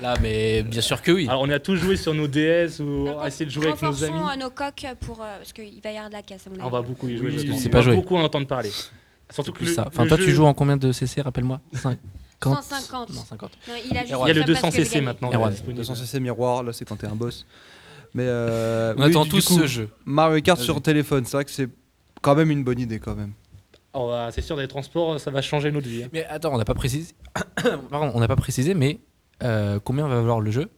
[SPEAKER 2] Là, mais bien sûr que oui.
[SPEAKER 3] Alors on a tous joué sur nos DS ou
[SPEAKER 4] Par contre,
[SPEAKER 3] essayé de jouer avec nos
[SPEAKER 4] renforçons,
[SPEAKER 3] amis.
[SPEAKER 4] euh, nos coques pour. euh, parce qu'il va y avoir de la casse, à mon
[SPEAKER 3] On
[SPEAKER 4] avis.
[SPEAKER 3] va beaucoup y jouer.
[SPEAKER 5] Oui,
[SPEAKER 3] je
[SPEAKER 5] c'est
[SPEAKER 3] pense.
[SPEAKER 2] pas
[SPEAKER 3] On va
[SPEAKER 2] joué.
[SPEAKER 3] beaucoup en entendre parler. Surtout que
[SPEAKER 2] Plus
[SPEAKER 3] le-
[SPEAKER 2] ça. Enfin,
[SPEAKER 3] le
[SPEAKER 2] toi, tu
[SPEAKER 3] jeu-
[SPEAKER 2] joues en combien de CC, rappelle-moi 50
[SPEAKER 4] 150.
[SPEAKER 2] Non, 50.
[SPEAKER 4] Non, il a juste
[SPEAKER 2] Erwan.
[SPEAKER 3] Il y a le
[SPEAKER 4] ça parce
[SPEAKER 3] 200
[SPEAKER 4] que j'ai
[SPEAKER 3] cc
[SPEAKER 4] gagné.
[SPEAKER 3] maintenant.
[SPEAKER 2] Erwan.
[SPEAKER 3] euh, disponible.
[SPEAKER 5] 200 cc miroir, là c'est quand t'es un boss. Mais euh,
[SPEAKER 2] On
[SPEAKER 5] oui,
[SPEAKER 2] attend
[SPEAKER 5] du-
[SPEAKER 2] tous
[SPEAKER 5] du coup,
[SPEAKER 2] ce jeu.
[SPEAKER 5] Mario Kart sur
[SPEAKER 2] Vas-y.
[SPEAKER 5] téléphone, c'est vrai que c'est quand même une bonne idée quand même.
[SPEAKER 3] Oh, bah, c'est sûr, des transports, ça va changer notre vie. hein.
[SPEAKER 2] Mais attends, on n'a pas précisé. Pardon, on n'a pas précisé, mais euh, combien va valoir le jeu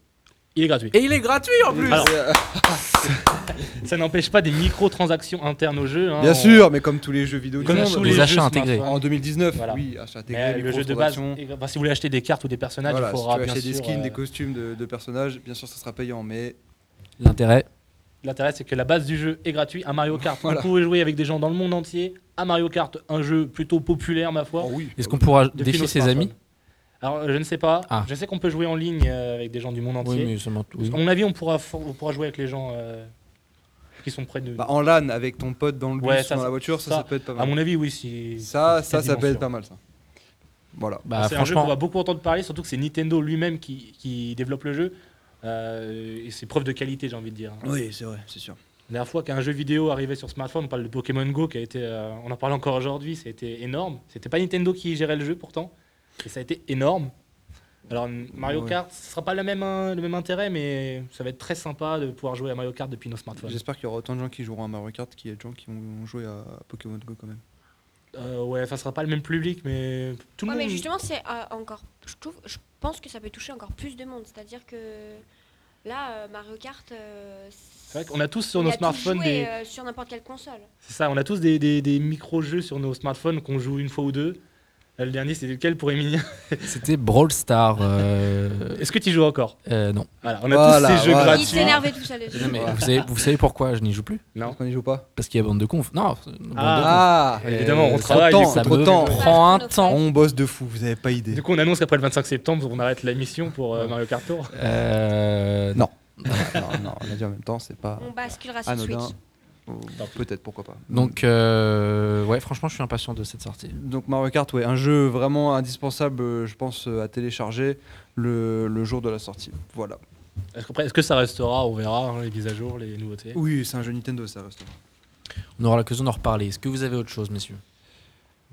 [SPEAKER 3] Il est gratuit.
[SPEAKER 2] Et il est gratuit en plus.
[SPEAKER 3] Alors, Ça n'empêche pas des microtransactions internes au jeu. hein.
[SPEAKER 5] Bien
[SPEAKER 3] On-
[SPEAKER 5] sûr, mais comme tous les jeux vidéo du
[SPEAKER 3] Comme
[SPEAKER 5] monde,
[SPEAKER 3] tous
[SPEAKER 2] les
[SPEAKER 3] les,
[SPEAKER 2] achats
[SPEAKER 3] jeux
[SPEAKER 2] intégrés.
[SPEAKER 3] smartphone.
[SPEAKER 5] en 2019,
[SPEAKER 3] Voilà.
[SPEAKER 5] oui, achat intégré,
[SPEAKER 3] Mais le jeu de base,
[SPEAKER 5] microtransactions.
[SPEAKER 3] et- bah, si vous voulez acheter des cartes ou des personnages,
[SPEAKER 5] Voilà,
[SPEAKER 3] il faudra
[SPEAKER 5] si tu veux
[SPEAKER 3] bien
[SPEAKER 5] acheter des
[SPEAKER 3] sûr,
[SPEAKER 5] skins,
[SPEAKER 3] euh,
[SPEAKER 5] des costumes de, de personnages, bien sûr, ça sera payant, mais
[SPEAKER 2] L'intérêt.
[SPEAKER 3] L'intérêt, c'est que la base du jeu est gratuite. Un Mario Kart,
[SPEAKER 5] Voilà.
[SPEAKER 3] vous pouvez jouer avec des gens dans le monde entier. Un Mario Kart, un jeu plutôt populaire, ma foi.
[SPEAKER 5] Oh oui.
[SPEAKER 2] Est-ce qu'on pourra
[SPEAKER 3] depuis
[SPEAKER 2] défier
[SPEAKER 3] nos
[SPEAKER 2] ses
[SPEAKER 3] smartphones.
[SPEAKER 2] amis
[SPEAKER 3] Alors, euh, je ne sais pas.
[SPEAKER 2] Ah.
[SPEAKER 3] Je sais qu'on peut jouer en ligne euh, avec des gens du monde
[SPEAKER 2] Oui,
[SPEAKER 3] entier.
[SPEAKER 2] mais ça m'en- oui.
[SPEAKER 3] À mon avis, on pourra, for- on pourra jouer avec les gens euh, qui sont près de nous.
[SPEAKER 5] Bah, en LAN avec ton pote dans le bus
[SPEAKER 3] Ouais,
[SPEAKER 5] ou
[SPEAKER 3] ça,
[SPEAKER 5] dans
[SPEAKER 3] ça-
[SPEAKER 5] la voiture, ça,
[SPEAKER 3] ça,
[SPEAKER 5] ça, peut être pas
[SPEAKER 3] à
[SPEAKER 5] mal.
[SPEAKER 3] mon avis, oui. si-
[SPEAKER 5] Ça, ça, ça peut
[SPEAKER 3] dimension.
[SPEAKER 5] être pas mal, ça. Voilà.
[SPEAKER 2] Bah,
[SPEAKER 3] Ah, c'est un jeu qu'on va
[SPEAKER 2] franchement,
[SPEAKER 3] beaucoup entendre parler, surtout que c'est Nintendo lui-même qui, qui développe le jeu. Euh, et c'est preuve de qualité, j'ai envie de dire. hein.
[SPEAKER 5] Oui, c'est vrai, c'est sûr.
[SPEAKER 3] La dernière fois qu'un jeu vidéo arrivait sur smartphone, on parle de Pokémon Go qui a été, euh, on en parle encore aujourd'hui, ça a été énorme. C'était pas Nintendo qui gérait le jeu pourtant, et ça a été énorme. Alors n- Mario
[SPEAKER 5] Ouais.
[SPEAKER 3] Kart, ce sera pas la même, hein, le même intérêt, mais ça va être très sympa de pouvoir jouer à Mario Kart depuis nos smartphones.
[SPEAKER 5] J'espère qu'il y aura autant de gens qui joueront à Mario Kart qu'il y a de gens qui vont jouer à Pokémon Go quand même.
[SPEAKER 3] Euh, ouais, ça sera pas le même public, mais tout le
[SPEAKER 4] Ouais, mais
[SPEAKER 3] monde.
[SPEAKER 4] justement, c'est euh, encore. Je, trouve, je pense que ça peut toucher encore plus de monde. C'est-à-dire que là, euh, Mario Kart. euh,
[SPEAKER 3] C'est vrai qu'on a tous sur
[SPEAKER 4] il
[SPEAKER 3] nos
[SPEAKER 4] a tout
[SPEAKER 3] smartphones
[SPEAKER 4] joué,
[SPEAKER 3] des,
[SPEAKER 4] euh, sur n'importe quelle console.
[SPEAKER 3] c'est ça, on a tous des, des- des micro-jeux sur nos smartphones qu'on joue une fois ou deux. Là, le dernier, c'est lequel pour Emilia
[SPEAKER 2] c'était Brawl Star. euh,
[SPEAKER 3] Est-ce que tu joues encore
[SPEAKER 2] euh, non.
[SPEAKER 3] Voilà, on a
[SPEAKER 5] Voilà,
[SPEAKER 3] tous ces jeux
[SPEAKER 5] voilà.
[SPEAKER 4] Il
[SPEAKER 3] gratuits.
[SPEAKER 4] s'énervait tout seul dessus.
[SPEAKER 2] Non, mais vous, savez, vous savez pourquoi je n'y joue plus
[SPEAKER 3] Non.
[SPEAKER 5] Parce qu'on y joue pas
[SPEAKER 2] Parce qu'il y a bande de conf. Non, bande
[SPEAKER 3] Ah.
[SPEAKER 2] de
[SPEAKER 5] Ah,
[SPEAKER 3] évidemment, on
[SPEAKER 5] trop
[SPEAKER 3] travaille,
[SPEAKER 5] de
[SPEAKER 3] du
[SPEAKER 5] temps,
[SPEAKER 3] coup.
[SPEAKER 2] ça
[SPEAKER 5] trop de
[SPEAKER 2] me
[SPEAKER 5] temps.
[SPEAKER 2] prend un temps.
[SPEAKER 5] On bosse de fou, vous avez pas idée.
[SPEAKER 3] Du coup, on annonce qu'après le 25 septembre, on arrête la mission pour euh, Mario Kart Tour.
[SPEAKER 2] Euh,
[SPEAKER 5] Non. non, non, on l'a dit en même temps, c'est pas
[SPEAKER 4] On basculera sur
[SPEAKER 5] anodin.
[SPEAKER 4] Switch.
[SPEAKER 5] Ou Peut-être, pourquoi pas.
[SPEAKER 2] Donc, euh, ouais, franchement, je suis impatient de cette sortie.
[SPEAKER 5] Donc Mario Kart, ouais, un jeu vraiment indispensable, euh, je pense, euh, à télécharger le, le jour de la sortie. Voilà.
[SPEAKER 3] Est-ce que, est-ce que ça restera On verra hein, les mises à jour, les nouveautés.
[SPEAKER 5] Bah, Oui, c'est un jeu Nintendo, ça reste.
[SPEAKER 2] On aura l'occasion d'en reparler. Est-ce que vous avez autre chose, messieurs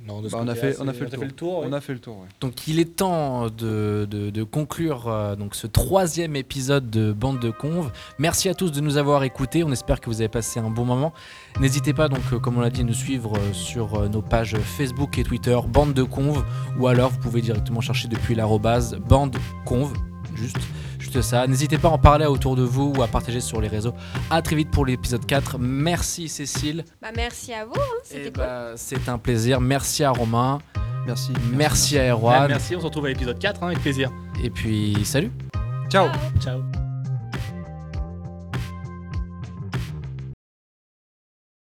[SPEAKER 3] Non, de ce
[SPEAKER 5] Bah, on a
[SPEAKER 3] côté-là,
[SPEAKER 5] fait-
[SPEAKER 3] c'est-
[SPEAKER 5] on a fait le tour.
[SPEAKER 3] tour.
[SPEAKER 5] On
[SPEAKER 3] Oh, oui.
[SPEAKER 5] a fait le tour. ouais.
[SPEAKER 2] Donc il est temps de, de- de conclure euh, donc ce troisième épisode de Bande de Conve. Merci à tous de nous avoir écoutés. On espère que vous avez passé un bon moment. N'hésitez pas donc, euh, comme on l'a dit, à nous suivre euh, sur euh, nos pages Facebook et Twitter Bande de Conve, ou alors vous pouvez directement chercher depuis l'arrobase Bande Conve. Juste, juste ça. N'hésitez pas à en parler autour de vous ou à partager sur les réseaux. À très vite pour l'épisode 4. Merci Cécile.
[SPEAKER 4] Bah, merci à vous, hein,
[SPEAKER 2] Eh
[SPEAKER 4] c'était cool.
[SPEAKER 2] ben, C'est un plaisir. Merci à Romain.
[SPEAKER 5] Merci.
[SPEAKER 2] Merci à
[SPEAKER 3] Ah,
[SPEAKER 2] Erwan.
[SPEAKER 3] merci, on se retrouve à l'épisode 4, hein, avec plaisir.
[SPEAKER 2] Et puis salut.
[SPEAKER 5] Ciao.
[SPEAKER 4] Ciao.
[SPEAKER 3] Ciao.